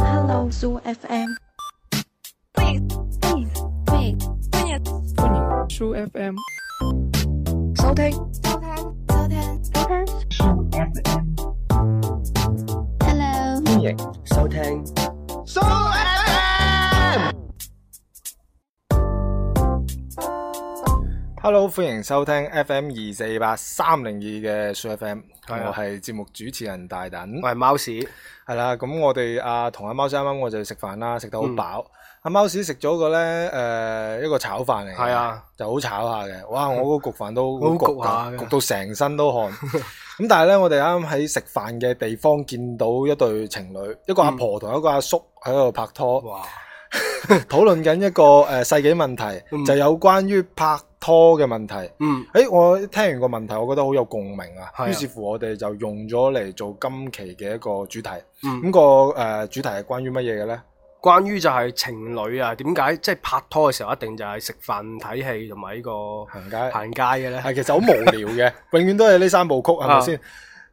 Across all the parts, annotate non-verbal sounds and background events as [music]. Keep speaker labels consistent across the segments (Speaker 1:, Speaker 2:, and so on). Speaker 1: 蘇 FM。
Speaker 2: 書 FM
Speaker 3: 收聽
Speaker 4: 收聽收聽收聽
Speaker 1: Hello，
Speaker 3: 收聽，
Speaker 5: Hello，歡迎收聽 FM 二四八三零二嘅 Soo FM，
Speaker 3: 係啊
Speaker 5: 我係節目主持人大等
Speaker 3: 我，係貓屎，
Speaker 5: 係啦，咁我哋啊同阿貓屎啱啱我就食飯啦，食得好
Speaker 3: 嗯
Speaker 5: 飽，阿貓屎食咗個咧誒一個炒飯嚟，
Speaker 3: 係，啊，
Speaker 5: 就好炒下嘅，
Speaker 3: [laughs]
Speaker 5: 哇！我嗰個焗飯都
Speaker 3: 好
Speaker 5: 好
Speaker 3: 焗
Speaker 5: 焗
Speaker 3: 下嘅
Speaker 5: 㗎焗到成身都
Speaker 3: [laughs]
Speaker 5: 汗。咁但係咧，我哋啱啱喺食飯嘅地方見到一對情侶，一個阿婆同一個阿叔喺度拍拖。[laughs]
Speaker 3: 嗯哇，
Speaker 5: 討論緊一個誒、呃、世紀問題，
Speaker 3: 嗯
Speaker 5: 就有關於拍拖嘅問題。
Speaker 3: 嗯，
Speaker 5: 誒，我聽完個問題，我覺得好有共鳴啊
Speaker 3: 係啊！
Speaker 5: 於是乎，我哋就用咗嚟做今期嘅一個主題。咁、
Speaker 3: 嗯，
Speaker 5: 個誒、呃主題係關於乜嘢嘅呢？
Speaker 3: 關於就係情侶啊，點解即係拍拖嘅時候一定就係食飯睇戲同埋呢個
Speaker 5: 行街
Speaker 3: 行街嘅咧？
Speaker 5: 係其實好無聊
Speaker 3: [laughs]
Speaker 5: 嘅，永遠都係呢三部曲，係
Speaker 3: 啊
Speaker 5: 咪先？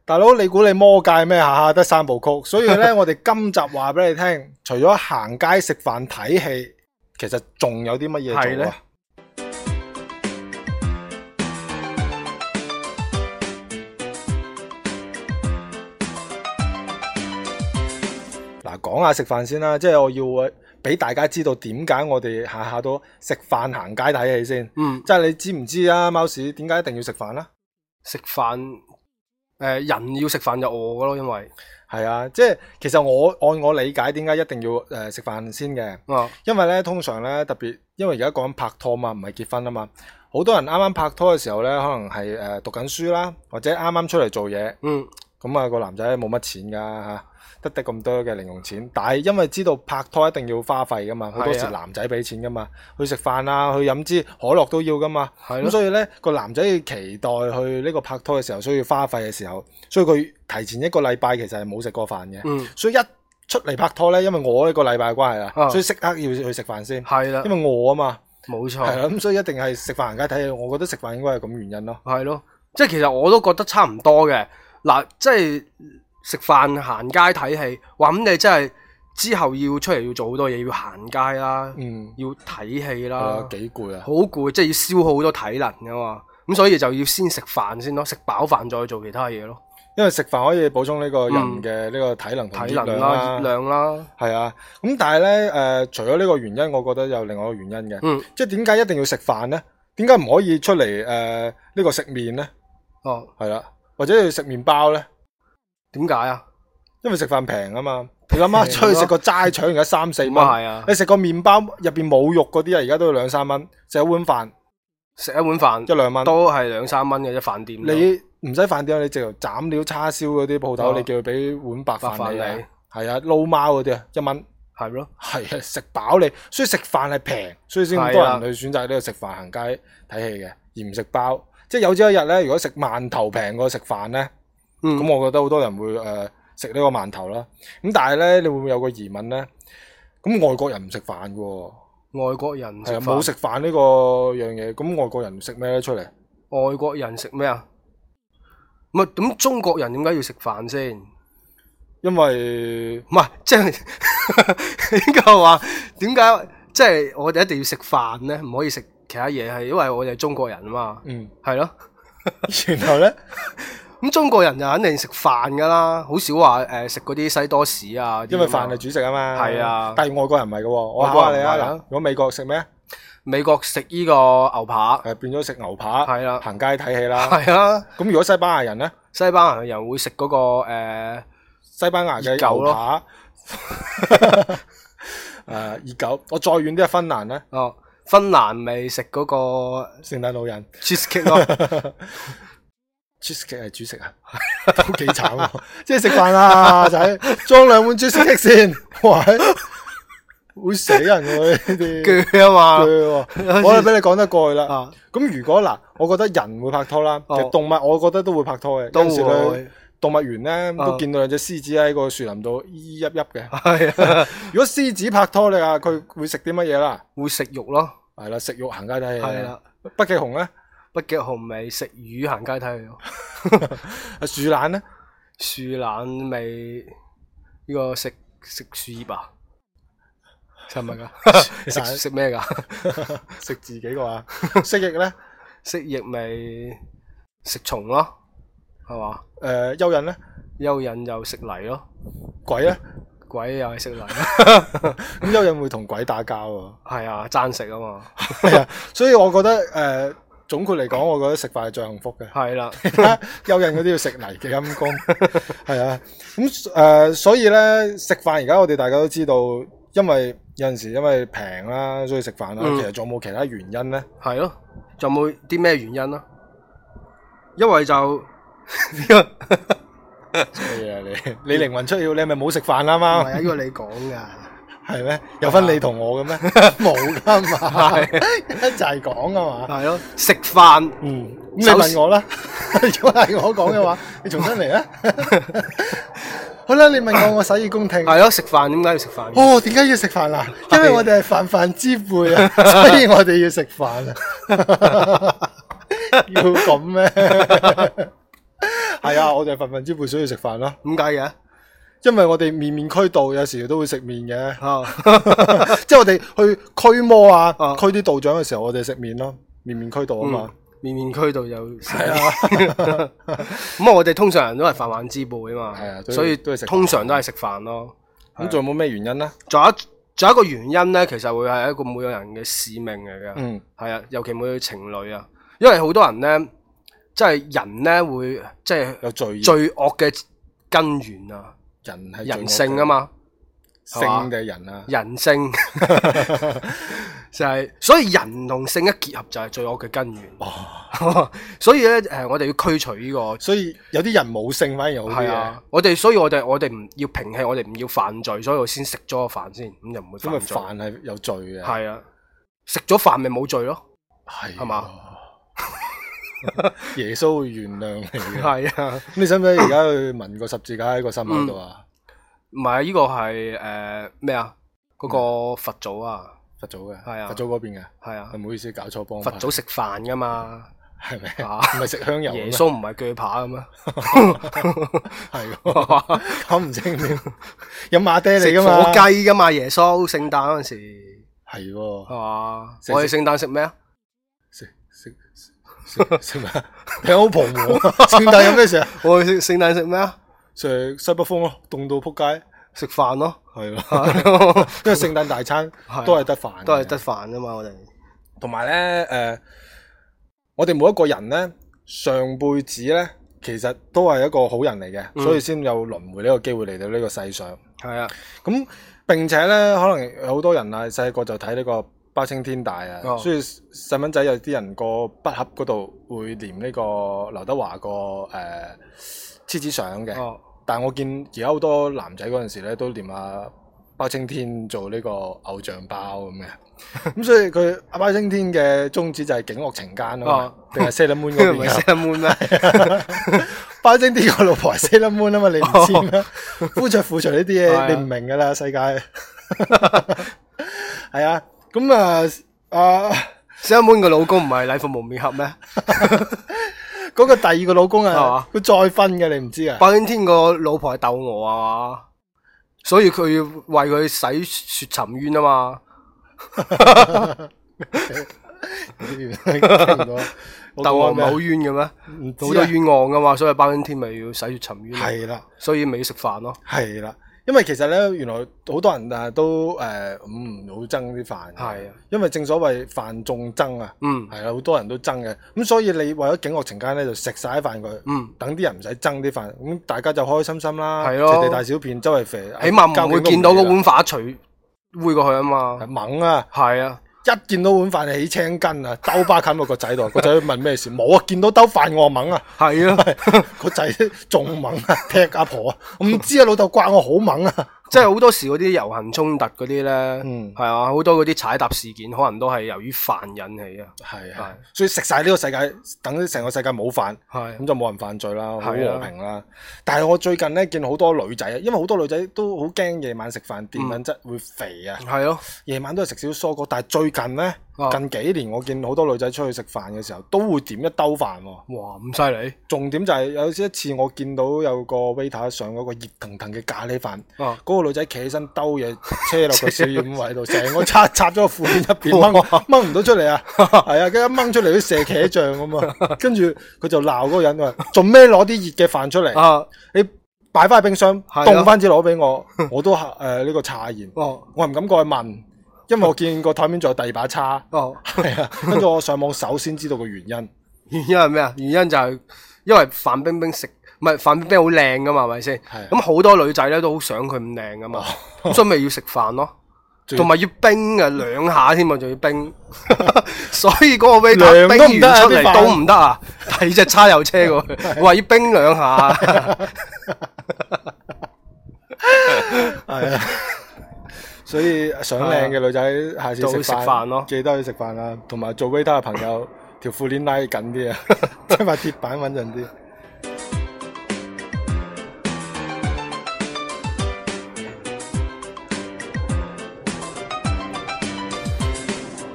Speaker 5: 大佬，你估你魔界咩？下下得三部曲，所以
Speaker 3: [laughs]
Speaker 5: 呢，我哋今集話俾你聽，除咗行街、食飯、睇戲，其實仲有啲乜嘢
Speaker 3: 係
Speaker 5: 做
Speaker 3: 呢
Speaker 5: 啊？嗱，講下食飯先啦，即係我要俾大家知道點解我哋下下都食飯、行街、睇戲先。
Speaker 3: 嗯，
Speaker 5: 即係你知唔知啊？貓屎點解一定要食啊飯啦？
Speaker 3: 食飯誒人要食飯就餓嘅咯，因為
Speaker 5: 係啊，即係其實我按我理解，點解一定要誒、呃食飯先嘅？
Speaker 3: 啊，
Speaker 5: 因為咧，通常咧特別，因為而家講緊拍拖嘛，唔係結婚啊嘛。好多人啱啱拍拖嘅時候咧，可能係誒、呃、讀緊書啦，或者啱啱出嚟做嘢，
Speaker 3: 嗯，
Speaker 5: 咁啊個男仔冇乜錢噶嚇，得得咁多嘅零用錢。但係因為知道拍拖一定要花費噶嘛，好多
Speaker 3: 係
Speaker 5: 時
Speaker 3: 啊
Speaker 5: 男仔俾錢噶嘛，去食飯啊，去飲支可樂都要噶嘛。
Speaker 3: 係
Speaker 5: 咁
Speaker 3: 咯，
Speaker 5: 所以咧，個男仔期待去呢個拍拖嘅時候需要花費嘅時候，所以佢提前一個禮拜其實係冇食過飯嘅。
Speaker 3: 嗯，
Speaker 5: 所以一出嚟拍拖咧，因為我呢個禮拜嘅關係啦，
Speaker 3: 啊
Speaker 5: 所以即刻要去食飯先，
Speaker 3: 係啦
Speaker 5: 因，為餓啊嘛，
Speaker 3: 冇錯
Speaker 5: 係。啦，咁所以一定係食飯行街睇戲。我覺得食飯應該係咁原因咯。
Speaker 3: 係咯，即係其實我都覺得差唔多嘅。嗱，即係食飯、行街、睇戲，哇！咁你真係之後要出嚟要做好多嘢，要行街啦，
Speaker 5: 嗯，
Speaker 3: 要睇戲
Speaker 5: 係
Speaker 3: 啦
Speaker 5: 啊，，幾攰啊
Speaker 3: 好！攰，即係要消耗好多體能噶嘛。咁所以就要先食飯先咯，食飽飯再做其他嘢咯，
Speaker 5: 因為食飯可以補充呢個
Speaker 3: 嗯
Speaker 5: 人嘅呢個體能同
Speaker 3: 體
Speaker 5: 熱
Speaker 3: 能
Speaker 5: 量
Speaker 3: 啦、
Speaker 5: 啦
Speaker 3: 熱。量啦，
Speaker 5: 係啊，咁但係咧，誒、除咗呢個原因，我覺得有另外一個原因嘅，
Speaker 3: 嗯
Speaker 5: 即係點解一定要食飯呢？點解唔可以出嚟誒呢個食麵呢？
Speaker 3: 哦，
Speaker 5: 係啦，或者要食麵包呢？
Speaker 3: 點解啊？
Speaker 5: 因為食飯平啊嘛。你諗下，
Speaker 3: [laughs] 平
Speaker 5: 出去
Speaker 3: 咯
Speaker 5: 食個齋腸而家三四
Speaker 3: 咁
Speaker 5: 蚊，
Speaker 3: 啊係啊，
Speaker 5: 你食個麵包入邊冇肉嗰啲啊，而家都要兩三蚊，食一碗飯
Speaker 3: 食一碗飯
Speaker 5: 一兩蚊。
Speaker 3: 都係兩三蚊嘅啫，飯店
Speaker 5: 你唔使飯店，你直頭斬料叉燒嗰啲鋪頭，
Speaker 3: 啊
Speaker 5: 你叫佢俾碗白
Speaker 3: 白飯
Speaker 5: 飯你
Speaker 3: 你
Speaker 5: 啊，係啊，撈貓嗰啲啊，一蚊。
Speaker 3: 係咯，
Speaker 5: 係啊，食飽你，所以食飯係平，所以先咁多
Speaker 3: 係啦
Speaker 5: 人去選擇呢個食飯行街睇戲嘅，而唔食包。即係有朝一日咧，如果食饅頭平過食飯咧，
Speaker 3: 嗯，
Speaker 5: 咁我覺得好多人會誒食呢個饅頭啦。咁但係咧，你會唔會有個疑問咧？咁外國人唔食飯嘅喎，
Speaker 3: 外國人唔
Speaker 5: 係啊，
Speaker 3: 飯
Speaker 5: 冇食飯呢個樣嘢。咁外國人食咩咧出嚟？
Speaker 3: 外國人食咩啊？唔係咁中國人點解要食飯先？唔
Speaker 5: 因為
Speaker 3: 係即係 [laughs] 應該話點解即係我哋一定要食飯咧？唔可以食其他嘢係因為我哋係中國人啊嘛， [laughs]
Speaker 5: 嗯，
Speaker 3: 係咯。
Speaker 5: 然後
Speaker 3: 啊
Speaker 5: 咧，
Speaker 3: 咁中國人就肯定食飯噶啦，好少話誒食嗰啲西多士啊。
Speaker 5: 因為飯係主食啊嘛。
Speaker 3: 係啊
Speaker 5: 但係外國人唔係嘅喎，我
Speaker 3: 外
Speaker 5: 考下
Speaker 3: 國人
Speaker 5: 你
Speaker 3: 唔係
Speaker 5: 啊
Speaker 3: 啊
Speaker 5: 嗱，如果美國食咩？
Speaker 3: 美國食呢個牛扒，
Speaker 5: 係變咗食牛扒，
Speaker 3: 係啦
Speaker 5: 行街睇戲啦。
Speaker 3: 係啊，
Speaker 5: 咁如果西班牙
Speaker 3: [laughs]
Speaker 5: 人咧，
Speaker 3: 西班牙人會食嗰個誒
Speaker 5: 西班牙嘅
Speaker 3: 熱狗
Speaker 5: 牛
Speaker 3: 咯
Speaker 5: 扒， [laughs] 誒熱狗。我再遠啲係芬蘭咧，
Speaker 3: 哦芬蘭咪食嗰個
Speaker 5: 聖誕老人
Speaker 3: cheesecake 咯。
Speaker 5: [laughs] cheesecake 係主食啊， [laughs] 都幾慘喎。即係食飯啊，仔裝兩碗 cheesecake 先， [laughs] 哇！會死人喎呢啲，鋸
Speaker 3: 鋸啊嘛，
Speaker 5: 喎我哋俾你講得過去啦。
Speaker 3: 啊
Speaker 5: 咁如果嗱，我覺得人會拍拖啦，其
Speaker 3: 哦
Speaker 5: 實動物我覺得都會拍拖嘅。
Speaker 3: 都
Speaker 5: 有陣時
Speaker 3: 會
Speaker 5: 去動物園咧，
Speaker 3: 啊
Speaker 5: 都見到兩隻獅子喺個樹林度依依泣泣嘅。
Speaker 3: 係啊，
Speaker 5: 如果獅子拍拖你啊，佢會食啲乜嘢啦？
Speaker 3: 會食肉咯，
Speaker 5: [laughs] 係啦，食肉行街睇戲。啊
Speaker 3: 係啦，，
Speaker 5: 北極熊咧，
Speaker 3: 北極熊咪食魚行街睇戲咯，
Speaker 5: [laughs] 啊樹懶咧， [laughs]
Speaker 3: 樹懶咪呢個食食樹葉啊，食物噶，食食咩噶？
Speaker 5: [laughs] 食自己個
Speaker 3: [laughs]
Speaker 5: 啊，蜥蜴咧，
Speaker 3: 食液咪食蟲咯，係嘛？
Speaker 5: 诶，蚯蚓咧，
Speaker 3: 蚯蚓又食泥咯，
Speaker 5: 鬼咧，
Speaker 3: 鬼又係食泥咯，
Speaker 5: [laughs] 咁蚯蚓會同鬼打交喎。 [laughs]
Speaker 3: 係啊，爭食啊嘛，
Speaker 5: 係啊，所以我覺得诶、誒總括嚟講，我覺得食飯係最幸福嘅。 [laughs]
Speaker 3: 係啦，
Speaker 5: 蚯蚓嗰啲要食泥嘅陰公， [laughs] 係啊，咁誒、呃所以咧食飯而家我哋大家都知道，因為有陣時因為平啦，所以食飯啦。
Speaker 3: 嗯
Speaker 5: 其實仲有冇其他原因咧？
Speaker 3: 係咯，仲有冇啲咩原因啊？因為就呢個
Speaker 5: 咩啊你你靈魂出竅，你係咪冇食飯啦
Speaker 3: 唔
Speaker 5: 嘛？
Speaker 3: 係啊，呢個你講㗎，
Speaker 5: 係咩？有分你同我嘅咩？冇噶嘛， [laughs] 一齊講噶嘛。
Speaker 3: 係咯，食飯
Speaker 5: 嗯，咁你問我啦。 [laughs] 如果係我講嘅話，你重新嚟啊。 [laughs] 好啦，你問我，我洗耳恭聽。
Speaker 3: 係咯，食飯點解要食飯嘅？
Speaker 5: 哦，點解要食飯啊？因為我哋係泛泛之輩啊， [laughs] 所以我哋要食飯啊。 [laughs] 要咁咩？係啊，我哋係泛泛之輩，所以要食飯啦。
Speaker 3: 點解嘅？。
Speaker 5: 因為我哋面面俱到，有時都會食面嘅 [laughs]
Speaker 3: 啊，
Speaker 5: 即係我哋去驅魔啊，
Speaker 3: 啊
Speaker 5: 驅啲道長嘅時候，我哋食面咯，面面俱到啊 [laughs] 嘛。
Speaker 3: 嗯
Speaker 5: 啊
Speaker 3: 面面俱到有食。咁啊我哋通常人都係飯碗之輩啊嘛，
Speaker 5: 係啊都
Speaker 3: 所以
Speaker 5: 都係食飯
Speaker 3: 通常都係食飯咯。
Speaker 5: 咁仲有冇咩原因呢？
Speaker 3: 仲有一仲有一個原因咧，其實會係一個每個人嘅使命嚟嘅。
Speaker 5: 嗯，
Speaker 3: 係啊，尤其每對情侶啊，因為好多人咧，即係人咧會即係
Speaker 5: 有罪罪
Speaker 3: 罪惡嘅根源啊，
Speaker 5: 人係罪惡嘅
Speaker 3: 人性啊，嘛，
Speaker 5: 性嘅人啊，
Speaker 3: 人性就係、所以人同性一結合就係罪惡嘅根源。 [laughs] 所以咧，誒，我哋要驅除呢、個。
Speaker 5: 所以有哦啲人冇性反而好啲
Speaker 3: 係
Speaker 5: 嘅
Speaker 3: 啊，，我哋所以我哋我哋唔要平氣，我哋唔要犯罪，所以我先食咗個飯先，咁就唔會
Speaker 5: 咁咪
Speaker 3: 犯罪。
Speaker 5: 飯係有罪嘅。
Speaker 3: 係啊，食咗飯咪冇罪咯。
Speaker 5: 系
Speaker 3: 係嘛？
Speaker 5: [laughs] 耶穌會原諒你嘅。
Speaker 3: 係啊，
Speaker 5: 咁你使唔使而家去紋個十字架喺個心口度啊？
Speaker 3: 唔係啊，呢個係誒咩啊？嗰個佛祖啊，
Speaker 5: 佛祖嘅，
Speaker 3: 係啊
Speaker 5: 佛祖嗰邊嘅。
Speaker 3: 係啊，
Speaker 5: 唔好意思，搞錯幫
Speaker 3: 佛
Speaker 5: 派
Speaker 3: 祖食飯噶 [laughs] 嘛，
Speaker 5: 係咪？
Speaker 3: 啊
Speaker 5: 唔係食香油嘅咩
Speaker 3: 耶穌唔係鋸扒咁 [laughs] 咩？
Speaker 5: 係喎，搞唔清
Speaker 3: [laughs]
Speaker 5: 添。飲馬爹
Speaker 3: 食
Speaker 5: 嚟噶
Speaker 3: 火
Speaker 5: 嘛？
Speaker 3: 雞噶嘛？耶穌聖誕嗰陣時
Speaker 5: 係
Speaker 3: 係
Speaker 5: 喎，
Speaker 3: 嘛？
Speaker 5: 食
Speaker 3: 我哋聖誕食咩啊？
Speaker 5: 食食食食食咩啊？你好彷徨啊！
Speaker 3: [laughs]
Speaker 5: 聖誕有咩食啊？
Speaker 3: 我哋聖聖誕食咩啊？
Speaker 5: 食西北風咯，凍到撲街。
Speaker 3: 食飯咯， [laughs]
Speaker 5: 係咯，
Speaker 3: 都
Speaker 5: 因為聖誕大餐
Speaker 3: 啊係啊
Speaker 5: 都係得飯嘅，
Speaker 3: 係得飯噶嘛，我哋
Speaker 5: 同埋咧，誒、我哋每一個人咧，上輩子咧，其實都係一個好人嚟嘅，
Speaker 3: 嗯
Speaker 5: 所以先有輪迴呢個機會嚟到呢個世上。
Speaker 3: 係啊，
Speaker 5: 咁並且咧，可能好多人啊，細個就睇呢個包青天大啊，
Speaker 3: 哦
Speaker 5: 所以細蚊仔有啲人個筆盒嗰度會連呢個劉德華個誒黐紙相嘅，
Speaker 3: 哦，
Speaker 5: 但我見而家好多男仔嗰陣時咧，都連阿包青天做呢個偶像包咁
Speaker 3: [laughs]
Speaker 5: 嘅。咁所以佢阿包青天嘅宗旨就係警惡懲奸啊嘛
Speaker 3: 哦，
Speaker 5: 定係 Sailor Moon 嗰
Speaker 3: 唔 [laughs]
Speaker 5: 邊
Speaker 3: 係啊
Speaker 5: 㗎
Speaker 3: Sailor Moon 咩？
Speaker 5: [laughs] 包青天個老婆係 Sailor Moon 啊嘛，你唔知咩？夫著婦著呢啲
Speaker 3: 哦係啊
Speaker 5: 嘢，你唔明㗎啦，世
Speaker 3: [laughs]
Speaker 5: 界係啊。咁啊啊，
Speaker 3: Sailor Moon 個老公唔係禮服蒙面俠咩？
Speaker 5: 嗰個第二個老公
Speaker 3: 係嘛
Speaker 5: 啊，佢再婚嘅，你唔知啊？
Speaker 3: 包青天個老婆係鬥我啊嘛，所以佢要為佢洗雪沉冤啊嘛。
Speaker 5: 鬥
Speaker 3: [laughs] 鬥啊我唔係好冤嘅咩？
Speaker 5: 唔知啊
Speaker 3: 好多冤案噶嘛，所以包青天咪要洗血沉冤，啊
Speaker 5: 係啦。
Speaker 3: 所以咪要食飯咯。
Speaker 5: 係啦，因為其實咧，原來好多人啊都誒唔好憎啲飯，
Speaker 3: 係啊，
Speaker 5: 因為正所謂飯眾憎啊，
Speaker 3: 嗯
Speaker 5: 係啊，好多人都憎嘅，咁所以你為咗警惡懲奸咧，就食晒啲飯佢，
Speaker 3: 嗯，
Speaker 5: 等啲人唔使爭啲飯，咁大家就開開心心啦，
Speaker 3: 係咯
Speaker 5: 食地大小便周圍肥，啊
Speaker 3: 起碼唔會見到嗰
Speaker 5: 交警
Speaker 3: 碗飯一除煨過去啊
Speaker 5: 都唔理㗎係
Speaker 3: 嘛。
Speaker 5: 猛啊！
Speaker 3: 係啊，
Speaker 5: 一見到碗飯就起青筋啊，兜巴冚落個仔度，個仔問咩事？冇啊！見到兜飯我就猛啊！
Speaker 3: 係 [laughs] 啊，
Speaker 5: 個仔仲猛啊，踢阿婆啊！我唔知啊，老豆刮我好猛啊！
Speaker 3: 即係好多時嗰啲遊行衝突嗰啲咧，
Speaker 5: 嗯
Speaker 3: 係啊，好多嗰啲踩踏事件，可能都係由於飯引起啊。
Speaker 5: 係
Speaker 3: 係
Speaker 5: 係，所以食晒呢個世界，等成個世界冇飯，咁
Speaker 3: 係，
Speaker 5: 就冇人犯罪啦，好和
Speaker 3: 係啊
Speaker 5: 平啦。但係我最近咧見好多女仔，啊因為好多女仔都
Speaker 3: 嗯
Speaker 5: 好驚夜晚食飯澱粉質會肥啊，
Speaker 3: 係咯，
Speaker 5: 夜晚都係食少啲蔬果。但係最近咧，
Speaker 3: 啊
Speaker 5: 近幾年我見好多女仔出去食飯嘅時候，都會點一兜飯喎。
Speaker 3: 哇咁犀利
Speaker 5: 重點就係有一次我見到有個 waiter 上嗰個熱騰騰嘅咖喱飯，
Speaker 3: 啊！
Speaker 5: 嗰、個女仔企起身兜嘢車落個小丸位度，成個
Speaker 3: [laughs]
Speaker 5: 插插咗個褲邊入邊掹掹唔到出嚟啊！係啊，跟住一掹出嚟都射茄醬咁
Speaker 3: [laughs]
Speaker 5: 啊！跟住佢就鬧嗰個人話：做咩攞啲熱嘅飯出嚟？
Speaker 3: 啊
Speaker 5: 你擺翻喺冰箱
Speaker 3: 係啊
Speaker 5: 凍翻支攞俾
Speaker 3: [laughs]
Speaker 5: 我，我都誒呢個查言，
Speaker 3: 哦
Speaker 5: 我唔敢過去問，因為我見個台面仲有第二把叉。
Speaker 3: 哦，
Speaker 5: 係啊，跟住我上網搜先知道個原因。
Speaker 3: 原因係咩啊？原因就係因為范冰冰食唔係范冰冰好靚噶嘛，係咪先？
Speaker 5: 係啊哦
Speaker 3: 咁好多女仔咧都好想佢咁靚噶嘛，咁所以咪要食飯咯。
Speaker 5: 仲要
Speaker 3: 同埋要冰嘅兩下添啊，仲要冰，
Speaker 5: [laughs]
Speaker 3: 所以嗰個 waiter
Speaker 5: 涼都唔
Speaker 3: 冰
Speaker 5: 得
Speaker 3: 完
Speaker 5: 啊
Speaker 3: 出
Speaker 5: 啲
Speaker 3: 嚟
Speaker 5: 飯
Speaker 3: 都唔得啊！第二隻叉又車過去，我話要冰兩
Speaker 5: [laughs]
Speaker 3: 下，
Speaker 5: [laughs] 係啊，所以想靚嘅女仔，下次
Speaker 3: 啊就會
Speaker 5: 食
Speaker 3: 食飯咯
Speaker 5: 記得去食飯啦。同埋做 waiter 嘅朋友，條褲鏈拉緊啲
Speaker 3: [laughs]
Speaker 5: 啊，即係塊鐵板穩陣啲。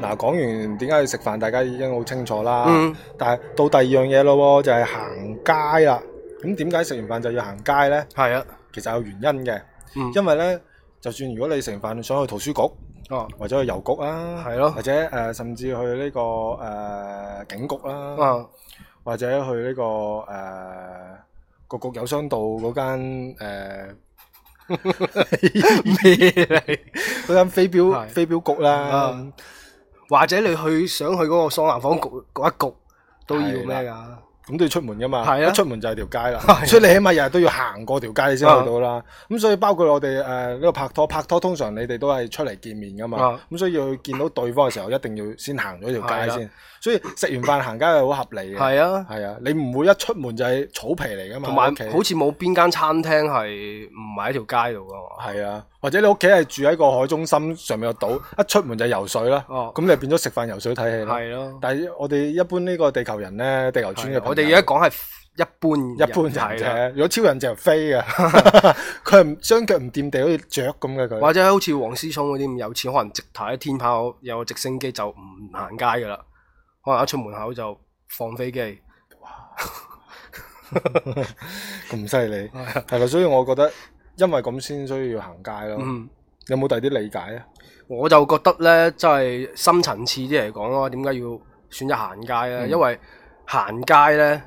Speaker 5: 嗱，講完點解去食飯，大家已經好清楚啦。
Speaker 3: 嗯
Speaker 5: 但係到第二樣嘢咯喎，就係、行街啦。咁點解食完飯就要行街呢？
Speaker 3: 係啊，
Speaker 5: 其實有原因嘅，
Speaker 3: 嗯
Speaker 5: 因為咧，就算如果你食完飯想去圖書局
Speaker 3: 哦，
Speaker 5: 或者去郵局啦，
Speaker 3: 係咯
Speaker 5: 或者誒、呃甚至去呢、個誒、呃警局啦，
Speaker 3: 啊，
Speaker 5: 或者去呢、個誒、呃、個局有商道嗰間呃誒
Speaker 3: 咩嚟？
Speaker 5: 嗰間飛鏢
Speaker 3: 係
Speaker 5: 飛鏢局啦
Speaker 3: 啊，或者你去想去嗰個桑拿房局嗰一局都要咩
Speaker 5: 係
Speaker 3: 㗎？
Speaker 5: 咁都要出門噶嘛，
Speaker 3: 係啊
Speaker 5: 一出門就係條街啦，
Speaker 3: [laughs] 係啊啊
Speaker 5: 所以你起碼日日都要行過條街你先去到啦。咁、所以包括我哋誒呃呢個拍拖，拍拖通常你哋都係出嚟見面噶嘛，咁
Speaker 3: 啊、
Speaker 5: 所以要見到對方嘅時候，一定要先行咗條街
Speaker 3: 係啊
Speaker 5: 先。所以食完飯行街係好合理嘅，
Speaker 3: 係啊，
Speaker 5: 係啊，你唔會一出門就係草皮嚟噶嘛，
Speaker 3: 同埋
Speaker 5: 屋企
Speaker 3: 好似冇邊間餐廳係唔係喺條街度㗎嘛？
Speaker 5: 係啊，或者你屋企係住喺個海中心上面個島，一出門就游水啦，咁、
Speaker 3: 哦
Speaker 5: 你變咗食飯游水睇戲啦。
Speaker 3: 係啊咯，
Speaker 5: 但係我哋一般呢個地球人咧，地球村嘅
Speaker 3: 我哋
Speaker 5: 朋友
Speaker 3: 而家講係一般
Speaker 5: 一般
Speaker 3: 係啊啦
Speaker 5: 人啫，如果超人就飛
Speaker 3: [laughs]
Speaker 5: 嘅，佢係唔雙腳唔掂地，好似雀咁嘅佢。
Speaker 3: 或者好似黃思聰嗰啲咁有錢，可能直頭喺天炮有個直升機就唔行街噶啦，可能一出門口就放飛機。
Speaker 5: [laughs] 咁犀利，
Speaker 3: 係啊
Speaker 5: 係啦，所以我覺得因為咁先需要行街咯。
Speaker 3: 嗯，
Speaker 5: 有冇第啲理解啊？
Speaker 3: 我就覺得呢，真係深層次啲嚟講咯，點解要選擇行街呢？
Speaker 5: 嗯
Speaker 3: 因為行街呢，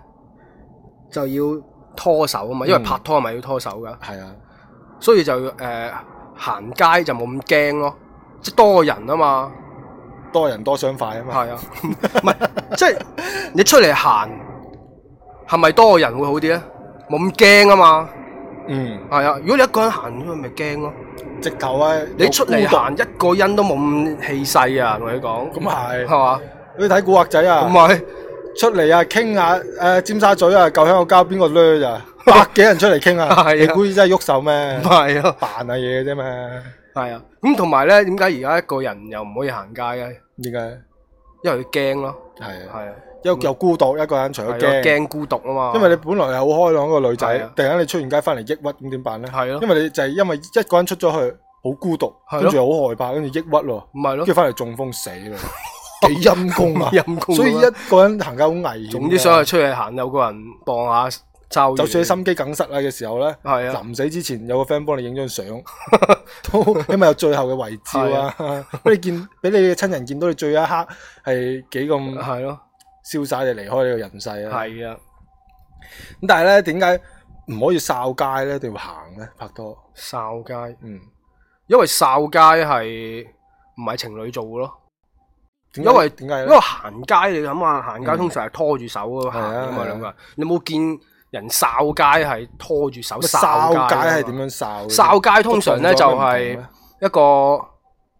Speaker 3: 就要拖手啊嘛，因為
Speaker 5: 嗯
Speaker 3: 拍拖係咪要拖手噶，
Speaker 5: 係啊，
Speaker 3: 所以就誒、呃行街就冇咁驚咯，即係多人啊嘛。
Speaker 5: 多人多相快啊嘛。
Speaker 3: 係啊，唔係即係你出嚟行，係咪多人會好啲咧？冇咁驚啊嘛，
Speaker 5: 嗯，
Speaker 3: 係啊。如果你一個人行，咁咪驚咯。
Speaker 5: 直頭啊，
Speaker 3: 你出嚟
Speaker 5: 又孤獨
Speaker 3: 行一個人都冇咁氣勢啊，同你講，
Speaker 5: 咁係
Speaker 3: 係嘛？
Speaker 5: 你睇古惑仔
Speaker 3: 唔
Speaker 5: 啊，
Speaker 3: 係
Speaker 5: 出嚟啊，傾下誒尖沙咀啊，舊香港交邊個掠
Speaker 3: [laughs]
Speaker 5: 咋？百幾人出嚟傾
Speaker 3: 係啊
Speaker 5: 啊，你估真係喐手咩？
Speaker 3: 唔係啊，
Speaker 5: 扮下嘢嘅啫嘛，
Speaker 3: 係啊。咁同埋咧，點解而家一個人又唔可以行街嘅？
Speaker 5: 點解？
Speaker 3: 因為佢驚咯，
Speaker 5: 係啊，
Speaker 3: 係啊，
Speaker 5: 又又孤獨一個人，除咗
Speaker 3: 係咯，
Speaker 5: 驚。
Speaker 3: 驚孤獨啊嘛。
Speaker 5: 因為你本來係好開朗一個女仔
Speaker 3: 係啊，
Speaker 5: 突然間你出完街翻嚟抑鬱，咁點辦呢？
Speaker 3: 係咯
Speaker 5: 因為你就係因為一個人出咗去，好孤獨，
Speaker 3: 係咯
Speaker 5: 跟住又好害怕，跟住抑鬱咯，
Speaker 3: 唔係
Speaker 5: 跟
Speaker 3: 咯
Speaker 5: 住，翻嚟中風死
Speaker 3: [laughs]
Speaker 5: 啦，幾陰功啊！
Speaker 3: 陰公。
Speaker 5: 所以一個人行街好危險。
Speaker 3: 總之想係，出去行，有個人傍下周。
Speaker 5: 就算你心肌梗塞啦嘅時候呢，
Speaker 3: 係啊。
Speaker 5: 臨死之前有個 friend 幫你影張
Speaker 3: [laughs]
Speaker 5: 相，都起碼有最後嘅遺照啊！ [laughs] 俾你見，俾你嘅親人見到你最後一刻係幾咁
Speaker 3: 係咯，
Speaker 5: 瀟灑地離開呢個人世啊！
Speaker 3: 係啊，
Speaker 5: 咁但係呢，點解唔可以哨街呢？一定要行呢？拍拖，
Speaker 3: 哨街，
Speaker 5: 嗯。
Speaker 3: 因為哨街係唔係情侶做嘅咯，
Speaker 5: 因
Speaker 3: 因為
Speaker 5: 點解
Speaker 3: 因
Speaker 5: 咧
Speaker 3: 為？行街你諗下，行街通常係拖住手咁行
Speaker 5: 啊係啊
Speaker 3: 噶
Speaker 5: 係
Speaker 3: 嘛，
Speaker 5: 啊
Speaker 3: 兩個人，你冇見人哨街係拖住手
Speaker 5: 哨
Speaker 3: 街啊
Speaker 5: 街係
Speaker 3: 係
Speaker 5: 點樣哨嘅？
Speaker 3: 哨街通常咧
Speaker 5: 個動
Speaker 3: 就
Speaker 5: 作有咩唔同啊
Speaker 3: 係
Speaker 5: 咧
Speaker 3: 一個。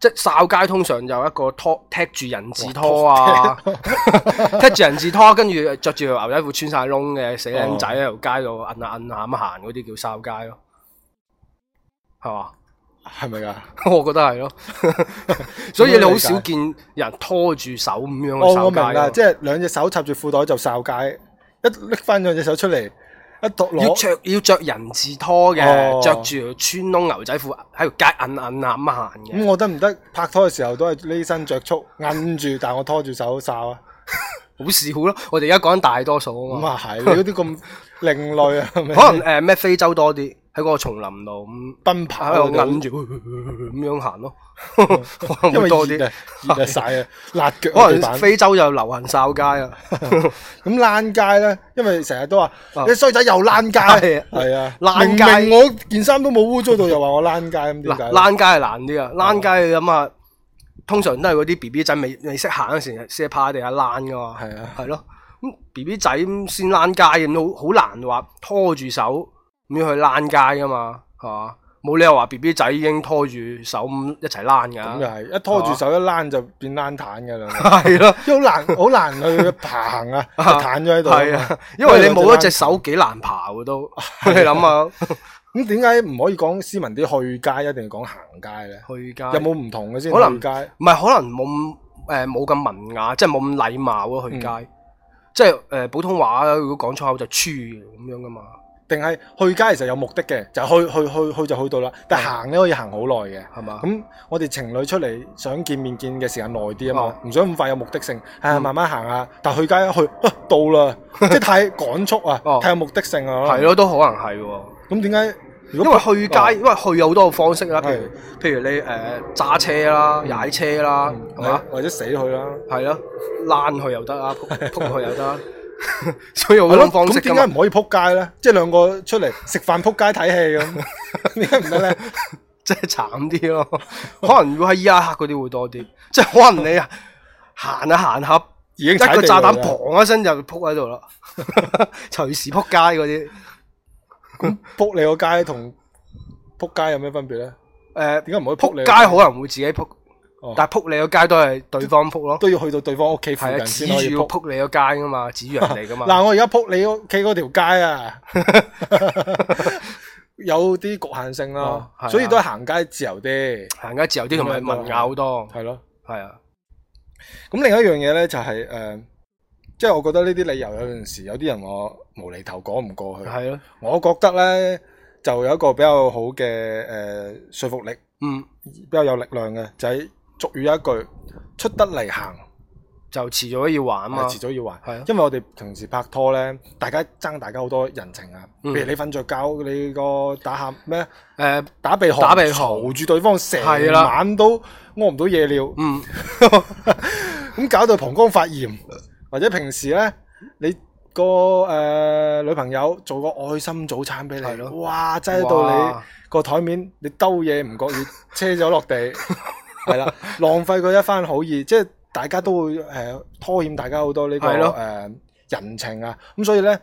Speaker 3: 即係哨街通常有一個拖踢住人字
Speaker 5: [laughs]
Speaker 3: 拖啊， [laughs] 踢住人字拖，跟住着住條牛仔褲穿晒窿嘅死僆仔喺條街度摁下摁下咁行嗰啲叫哨街咯，係嘛？ [laughs]
Speaker 5: 係咪㗎？
Speaker 3: 我覺得係咯， [laughs] 所以你好
Speaker 5: 咁樣
Speaker 3: 少
Speaker 5: 理
Speaker 3: 見人拖住手咁樣去
Speaker 5: 哦，我
Speaker 3: 守
Speaker 5: 明
Speaker 3: 街
Speaker 5: 啦，
Speaker 3: 咯。
Speaker 5: 即係兩隻手插住褲袋就哨街，一拎翻兩隻手出嚟，一度
Speaker 3: 要
Speaker 5: 攞
Speaker 3: 着要着人字拖嘅
Speaker 5: 哦，
Speaker 3: 着住穿窿牛仔褲喺條街摁摁啊咁行
Speaker 5: 咁，
Speaker 3: 嘅。
Speaker 5: 我得唔得拍拖嘅時候都係呢身着束，摁住，但我拖住手哨啊？
Speaker 3: 好少咯，我哋而家講緊大多數啊
Speaker 5: 咁
Speaker 3: 嘛，
Speaker 5: 啊係，你嗰啲咁另類啊， [laughs]
Speaker 3: [laughs]
Speaker 5: 係咪
Speaker 3: 可能誒咩非洲多啲，喺嗰個叢林度咁
Speaker 5: 奔跑
Speaker 3: 喺度摁
Speaker 5: 嗰
Speaker 3: 住咁樣
Speaker 5: [laughs]
Speaker 3: 行咯，可能
Speaker 5: 啲，因
Speaker 3: 會
Speaker 5: 為
Speaker 3: 多啲
Speaker 5: 熱啊。，熱啊晒
Speaker 3: [laughs]
Speaker 5: 啊，辣腳啊地
Speaker 3: 可能
Speaker 5: 板
Speaker 3: 非洲就流行哨
Speaker 5: [laughs]
Speaker 3: 街啊，
Speaker 5: 咁躝街咧，因為成日都話
Speaker 3: 啊
Speaker 5: 你衰仔又躝
Speaker 3: [laughs] 係
Speaker 5: 街
Speaker 3: 啊，
Speaker 5: 係啊，
Speaker 3: 躝
Speaker 5: 明
Speaker 3: 街
Speaker 5: 明我件衫都冇污糟到，又話我躝街咁點
Speaker 3: 嗱，
Speaker 5: 解？哦
Speaker 3: 躝街係難啲啊，躝街咁啊，通常都係嗰啲 B B 仔未未識行嗰時先趴喺地下躝噶嘛，
Speaker 5: 係啊
Speaker 3: 係咯，咁 B B 仔咁先躝街咁，好好難話拖住手咁樣去躝街噶嘛，係嘛？冇理由話 B B 仔已經拖住手咁一齊躝
Speaker 5: 咁又
Speaker 3: 㗎，
Speaker 5: 係一拖住
Speaker 3: 哦
Speaker 5: 手一躝就變躝坦㗎啦，
Speaker 3: [laughs] 係咯，
Speaker 5: 因為好難好難去爬行
Speaker 3: [laughs]
Speaker 5: 啊，就攤咗喺度。
Speaker 3: 係啊，因為你冇一隻手幾難爬嘅
Speaker 5: [laughs]
Speaker 3: 都，你
Speaker 5: 啊
Speaker 3: 諗下
Speaker 5: 咁點解唔可以講斯文啲去街，一定要講行街咧？
Speaker 3: 去街
Speaker 5: 有冇唔同嘅先？
Speaker 3: 可能
Speaker 5: 去街
Speaker 3: 唔係可能冇咁誒冇咁文雅，即係冇咁禮貌咯去街，
Speaker 5: 嗯
Speaker 3: 即係誒、普通話如果講粗口就黐咁樣噶嘛。
Speaker 5: 定係去街其實有目的嘅，就去去去去就去到啦。但係行咧可以行好耐嘅，
Speaker 3: 係嘛
Speaker 5: 咁我哋情侶出嚟想見面見嘅時間耐啲啊
Speaker 3: 哦
Speaker 5: 嘛，唔想咁快有目的性，
Speaker 3: 嗯
Speaker 5: 啊慢慢行啊。但係去街一去啊到
Speaker 3: [laughs]
Speaker 5: 啦，即係太趕速啊
Speaker 3: 哦，
Speaker 5: 太有目的性啊。可
Speaker 3: 係
Speaker 5: 能，
Speaker 3: 咯，都可能係喎。
Speaker 5: 咁點解？如
Speaker 3: 因
Speaker 5: 果啊
Speaker 3: 為去街，因為去有好多個方式啦，譬
Speaker 5: 係
Speaker 3: 如
Speaker 5: 嗯
Speaker 3: 譬如你誒揸、車啦、踩車啦，係嘛、
Speaker 5: 啊或者死去啦。
Speaker 3: 係咯，躝去又得啊，
Speaker 5: [laughs]
Speaker 3: 撲撲去又得啊，所以有好
Speaker 5: 係咯
Speaker 3: 多方式
Speaker 5: 咁點
Speaker 3: 㗎
Speaker 5: 解唔
Speaker 3: 嘛。
Speaker 5: 可以撲街咧？即係兩個出嚟食飯撲街睇戲咁，
Speaker 3: [laughs]
Speaker 5: 點解唔得咧？
Speaker 3: 即係慘啲咯。 [laughs] 可能會喺伊拉克嗰啲會多啲，即係可能你行下行下，
Speaker 5: 已經
Speaker 3: 一
Speaker 5: 踩
Speaker 3: 個
Speaker 5: 地
Speaker 3: 炸彈
Speaker 5: 雷啦
Speaker 3: 砰一聲就撲喺度啦， [laughs] 隨時撲街嗰啲。
Speaker 5: 撲你個街同撲街有咩分別咧？
Speaker 3: 誒
Speaker 5: 點解唔可以撲
Speaker 3: 呃撲
Speaker 5: 你？
Speaker 3: 街可能會自己撲，
Speaker 5: 哦
Speaker 3: 但係撲你個街都係對方撲咯，
Speaker 5: 都要去到對方屋企附
Speaker 3: 係啊，
Speaker 5: 近
Speaker 3: 指
Speaker 5: 先可以
Speaker 3: 住
Speaker 5: 撲。
Speaker 3: 要撲你個街噶嘛，指住人哋噶嘛。
Speaker 5: [laughs] 嗱，我而家撲你屋企嗰條街
Speaker 3: [laughs]
Speaker 5: 啊，有啲局限性
Speaker 3: 哦
Speaker 5: 啦
Speaker 3: 係啊，
Speaker 5: 所以都係行街自由啲，
Speaker 3: 行街自由啲同埋文雅好多，
Speaker 5: 係咯。
Speaker 3: 係啊，
Speaker 5: 咁另一樣嘢咧就係誒，即係我覺得呢啲理由有陣時有啲人話無厘頭講唔過去，
Speaker 3: 係咯，
Speaker 5: 我覺得咧就有一個比較好嘅誒說服力，
Speaker 3: 嗯，
Speaker 5: 比較有力量嘅，就係俗語有一句出得嚟行。
Speaker 3: 就遲早要還啊嘛，
Speaker 5: 遲早要還，
Speaker 3: 係啊
Speaker 5: 因為我哋平時拍拖咧，大家爭大家好多人情啊。
Speaker 3: 嗯
Speaker 5: 譬如你瞓着覺，你個打喊咩
Speaker 3: 誒，
Speaker 5: 打鼻鼾，
Speaker 3: 打鼻鼾
Speaker 5: 嘈住對方成
Speaker 3: 係啦
Speaker 5: 晚都屙唔到夜尿，
Speaker 3: 嗯，
Speaker 5: [laughs] 咁搞到膀胱發炎，或者平時咧你。個誒、呃女朋友做個愛心早餐俾
Speaker 3: 係
Speaker 5: 你
Speaker 3: 咯，
Speaker 5: 哇！擠到你
Speaker 3: 哇
Speaker 5: 個台面，你兜嘢唔
Speaker 3: [laughs]
Speaker 5: 覺意車咗落地，係啦，浪費佢一番好意，即係大家都會誒、呃拖欠大家好多呢、個
Speaker 3: 係
Speaker 5: 誒、
Speaker 3: 咯
Speaker 5: 呃人情啊，咁所以咧，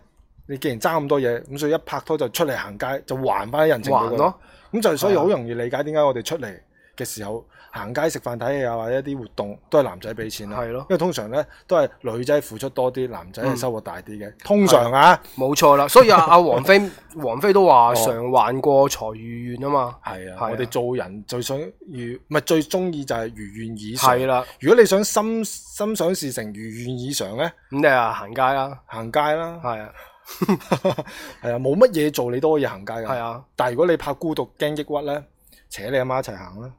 Speaker 5: 你既然爭咁多嘢，咁所以一拍拖就出嚟行街，就還翻啲人情俾
Speaker 3: 還
Speaker 5: 佢
Speaker 3: 咯，
Speaker 5: 咁就所以
Speaker 3: 係啊
Speaker 5: 好容易理解點解我哋出嚟嘅時候行街食飯睇戲啊，或者一啲活動都係男仔俾錢啦。
Speaker 3: 係咯
Speaker 5: 因為通常咧都係女仔付出多啲，男仔
Speaker 3: 嗯
Speaker 5: 係收穫大啲嘅。通常啊，
Speaker 3: 冇錯啦。所
Speaker 5: [laughs]
Speaker 3: 以阿阿王菲，王菲都話
Speaker 5: 哦
Speaker 3: 常還過才如願啊嘛，
Speaker 5: 係
Speaker 3: 係啊
Speaker 5: 啊，我哋做人最想如唔係最中意就係如願以償。
Speaker 3: 係啦，
Speaker 5: 如果你想心心想事成、如願以償咧，
Speaker 3: 咁你啊行街啦，
Speaker 5: 行街
Speaker 3: [laughs]
Speaker 5: 啦，
Speaker 3: 係啊，
Speaker 5: 係啊，冇乜嘢做你都可以行街㗎。
Speaker 3: 係啊，
Speaker 5: 但係如果你怕孤獨、驚抑鬱咧，扯你阿媽一齊行啦。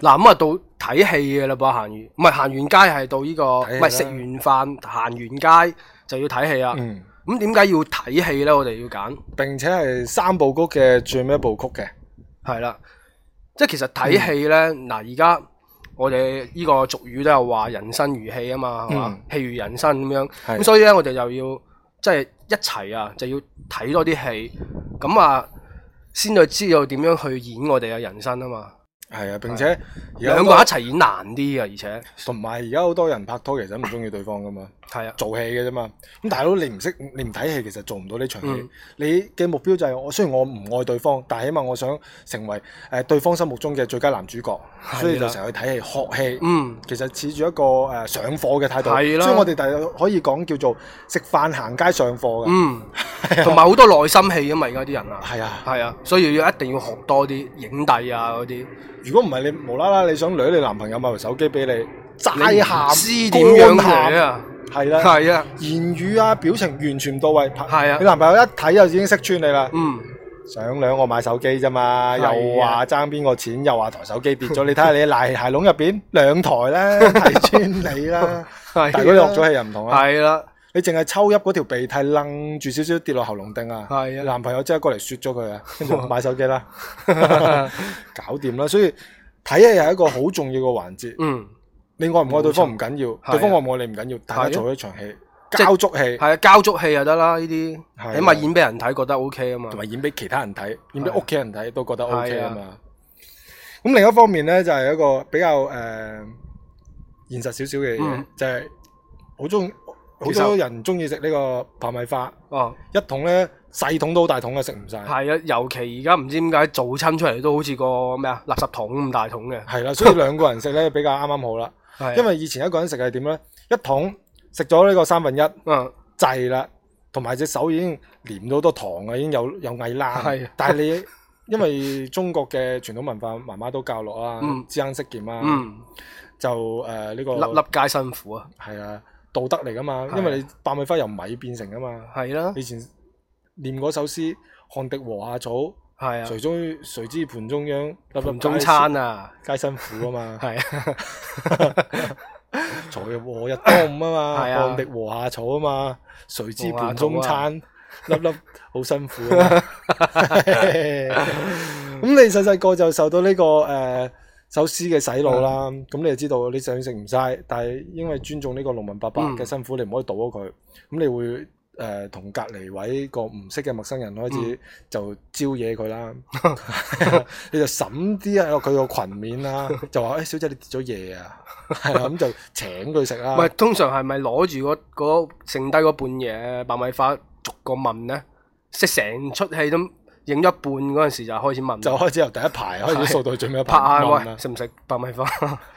Speaker 3: 嗱咁啊到睇戲嘅啦噃，行完唔係行完街係到呢個，
Speaker 5: 睇
Speaker 3: 唔
Speaker 5: 戲
Speaker 3: 係
Speaker 5: 啦
Speaker 3: 食完飯行完街就要睇戲啦。
Speaker 5: 嗯，
Speaker 3: 咁點解要睇戲呢？我哋要揀
Speaker 5: 並且係三部曲嘅最尾一部曲嘅。
Speaker 3: 係啦，即係其實睇戲呢，嗱而家我哋呢個俗語都有話人生如戲啊嘛，係嘛
Speaker 5: 嗯，
Speaker 3: 戲如人生咁樣，
Speaker 5: 係
Speaker 3: 咁所以呢，我哋又要即係一齊啊，就要睇多啲戲，咁啊先至知道點樣去演我哋嘅人生啊嘛。
Speaker 5: 係啊，並且而家好
Speaker 3: 兩
Speaker 5: 多
Speaker 3: 個一齊演難啲啊，而且
Speaker 5: 同埋而家好多人拍拖其實唔中意對方噶
Speaker 3: [laughs]
Speaker 5: 嘛，
Speaker 3: 係啊，
Speaker 5: 做戲嘅啫嘛。咁大佬你唔識，你唔睇戲其實做唔到呢場戲。
Speaker 3: 嗯
Speaker 5: 你嘅目標就係、我雖然我唔愛對方，但起碼我想成為誒、呃、對方心目中嘅最佳男主角，
Speaker 3: 啦
Speaker 5: 所以就成日去睇戲學戲。
Speaker 3: 嗯，
Speaker 5: 其實似住一個誒、呃上課嘅態度，
Speaker 3: 係啦
Speaker 5: 所以我哋大可以講叫做食飯行街上課嘅。
Speaker 3: 嗯，同埋好多內心戲啊嘛，而家啲人啊，
Speaker 5: 係啊，
Speaker 3: 係啊，所以要一定要學多啲影帝啊嗰啲，
Speaker 5: 如果唔係你無啦啦你想女你男朋友買部手機俾你，
Speaker 3: 你
Speaker 5: 齋
Speaker 3: 唔
Speaker 5: 喊，
Speaker 3: 知點樣嚟
Speaker 5: 啊？
Speaker 3: 啊？
Speaker 5: 係啦，
Speaker 3: 係啊，
Speaker 5: 言語啊表情完全唔到位，
Speaker 3: 係啊
Speaker 5: 你男朋友一睇就已經識穿你啦。
Speaker 3: 嗯，
Speaker 5: 上兩個買手機啫嘛，
Speaker 3: 係啊
Speaker 5: 又話爭邊個錢，又話台手機跌
Speaker 3: [laughs]
Speaker 5: 咗，你睇下你賴鞋籠入邊兩台啦，睇穿你啦。
Speaker 3: 係
Speaker 5: 但
Speaker 3: 啊。
Speaker 5: 係嗰啲落咗氣又唔同啦，
Speaker 3: 係啊啦，
Speaker 5: 你淨係抽泣嗰條鼻涕楞住少少跌落喉嚨頂啊！
Speaker 3: 係啊
Speaker 5: 男朋友即刻過嚟雪咗佢啊，跟住買手機
Speaker 3: [laughs]
Speaker 5: 啦，搞掂啦。所以睇戲係一個好重要嘅環節，
Speaker 3: 嗯，
Speaker 5: 你愛唔愛對方唔緊
Speaker 3: 啊
Speaker 5: 要，對方愛唔愛你唔緊要，大家做一場戲，交足戲，
Speaker 3: 係啊，交足戲就得啦，呢啲
Speaker 5: 係啊
Speaker 3: 起碼演俾人睇，覺得 O K 啊嘛
Speaker 5: 同。埋演俾其他人睇，演俾
Speaker 3: 係啊
Speaker 5: 屋企人睇都覺得 O K
Speaker 3: 係啊
Speaker 5: 啊嘛。咁另一方面咧，就係、一個比較誒、呃、現實少少嘅嘢，
Speaker 3: 嗯
Speaker 5: 就係好中好
Speaker 3: 其實
Speaker 5: 多人中意食呢個爆米花，
Speaker 3: 哦，
Speaker 5: 一桶咧細桶都好大桶嘅食唔晒。
Speaker 3: 係啊，尤其而家唔知點解做親出嚟都好似個咩啊垃圾桶咁大桶嘅，
Speaker 5: 係啦，所以兩個人食咧比較啱啱好啦。
Speaker 3: 係啊
Speaker 5: 因為以前一個人 [laughs] 食係點咧？一桶食咗呢個三分一
Speaker 3: 嗯
Speaker 5: 滯啦，同埋隻手已經黏到好多糖啊，已經有有蟻啦。
Speaker 3: 係啊
Speaker 5: 但係你 [laughs] 因為中國嘅傳統文化，媽媽都教落啊
Speaker 3: 嗯，
Speaker 5: 知慳識儉啊，
Speaker 3: 嗯，
Speaker 5: 就誒呢個
Speaker 3: 粒粒皆辛苦啊，
Speaker 5: 係啊道德嚟噶嘛，
Speaker 3: 係啊
Speaker 5: 因為你爆米花由米變成噶嘛。
Speaker 3: 係啦
Speaker 5: 以，前念嗰首詩《汗滴禾下草》，
Speaker 3: 係啊
Speaker 5: 誰，中誰知盤中央，粒粒
Speaker 3: 盤中餐啊，
Speaker 5: 皆辛苦啊
Speaker 3: [laughs]
Speaker 5: 嘛。
Speaker 3: 係啊，
Speaker 5: [laughs] 才和日當午啊嘛，
Speaker 3: [laughs] 係啊
Speaker 5: 汗滴禾下草啊嘛，誰知
Speaker 3: 禾下
Speaker 5: 盤
Speaker 3: 草
Speaker 5: 中餐，
Speaker 3: 啊
Speaker 5: 粒粒好辛苦啊嘛。 [laughs] 咁你細細個就受到呢、個誒、呃首詩嘅洗腦啦，
Speaker 3: 嗯
Speaker 5: 咁你就知道你想食唔晒，但係因為尊重呢個農民伯伯
Speaker 3: 嗯
Speaker 5: 嘅辛苦，你唔可以倒咗佢，咁你會。誒同隔離位個唔識嘅陌生人開
Speaker 3: 嗯
Speaker 5: 始就招惹佢
Speaker 3: [laughs]
Speaker 5: 啦， [laughs] 你就審啲喺佢個裙面
Speaker 3: [laughs]
Speaker 5: 啦，就話誒、哎小姐你跌咗嘢啊， [laughs] 係啦咁就請佢食啦
Speaker 3: 唔。係通常係咪攞住嗰嗰剩低嗰半嘢爆米花逐個問咧？即係成出戲都影咗一半嗰陣時就開始問，
Speaker 5: 就開始由第一排開始數到最尾一排
Speaker 3: 拍下
Speaker 5: 問
Speaker 3: 喂
Speaker 5: 啦
Speaker 3: 食唔食爆米花？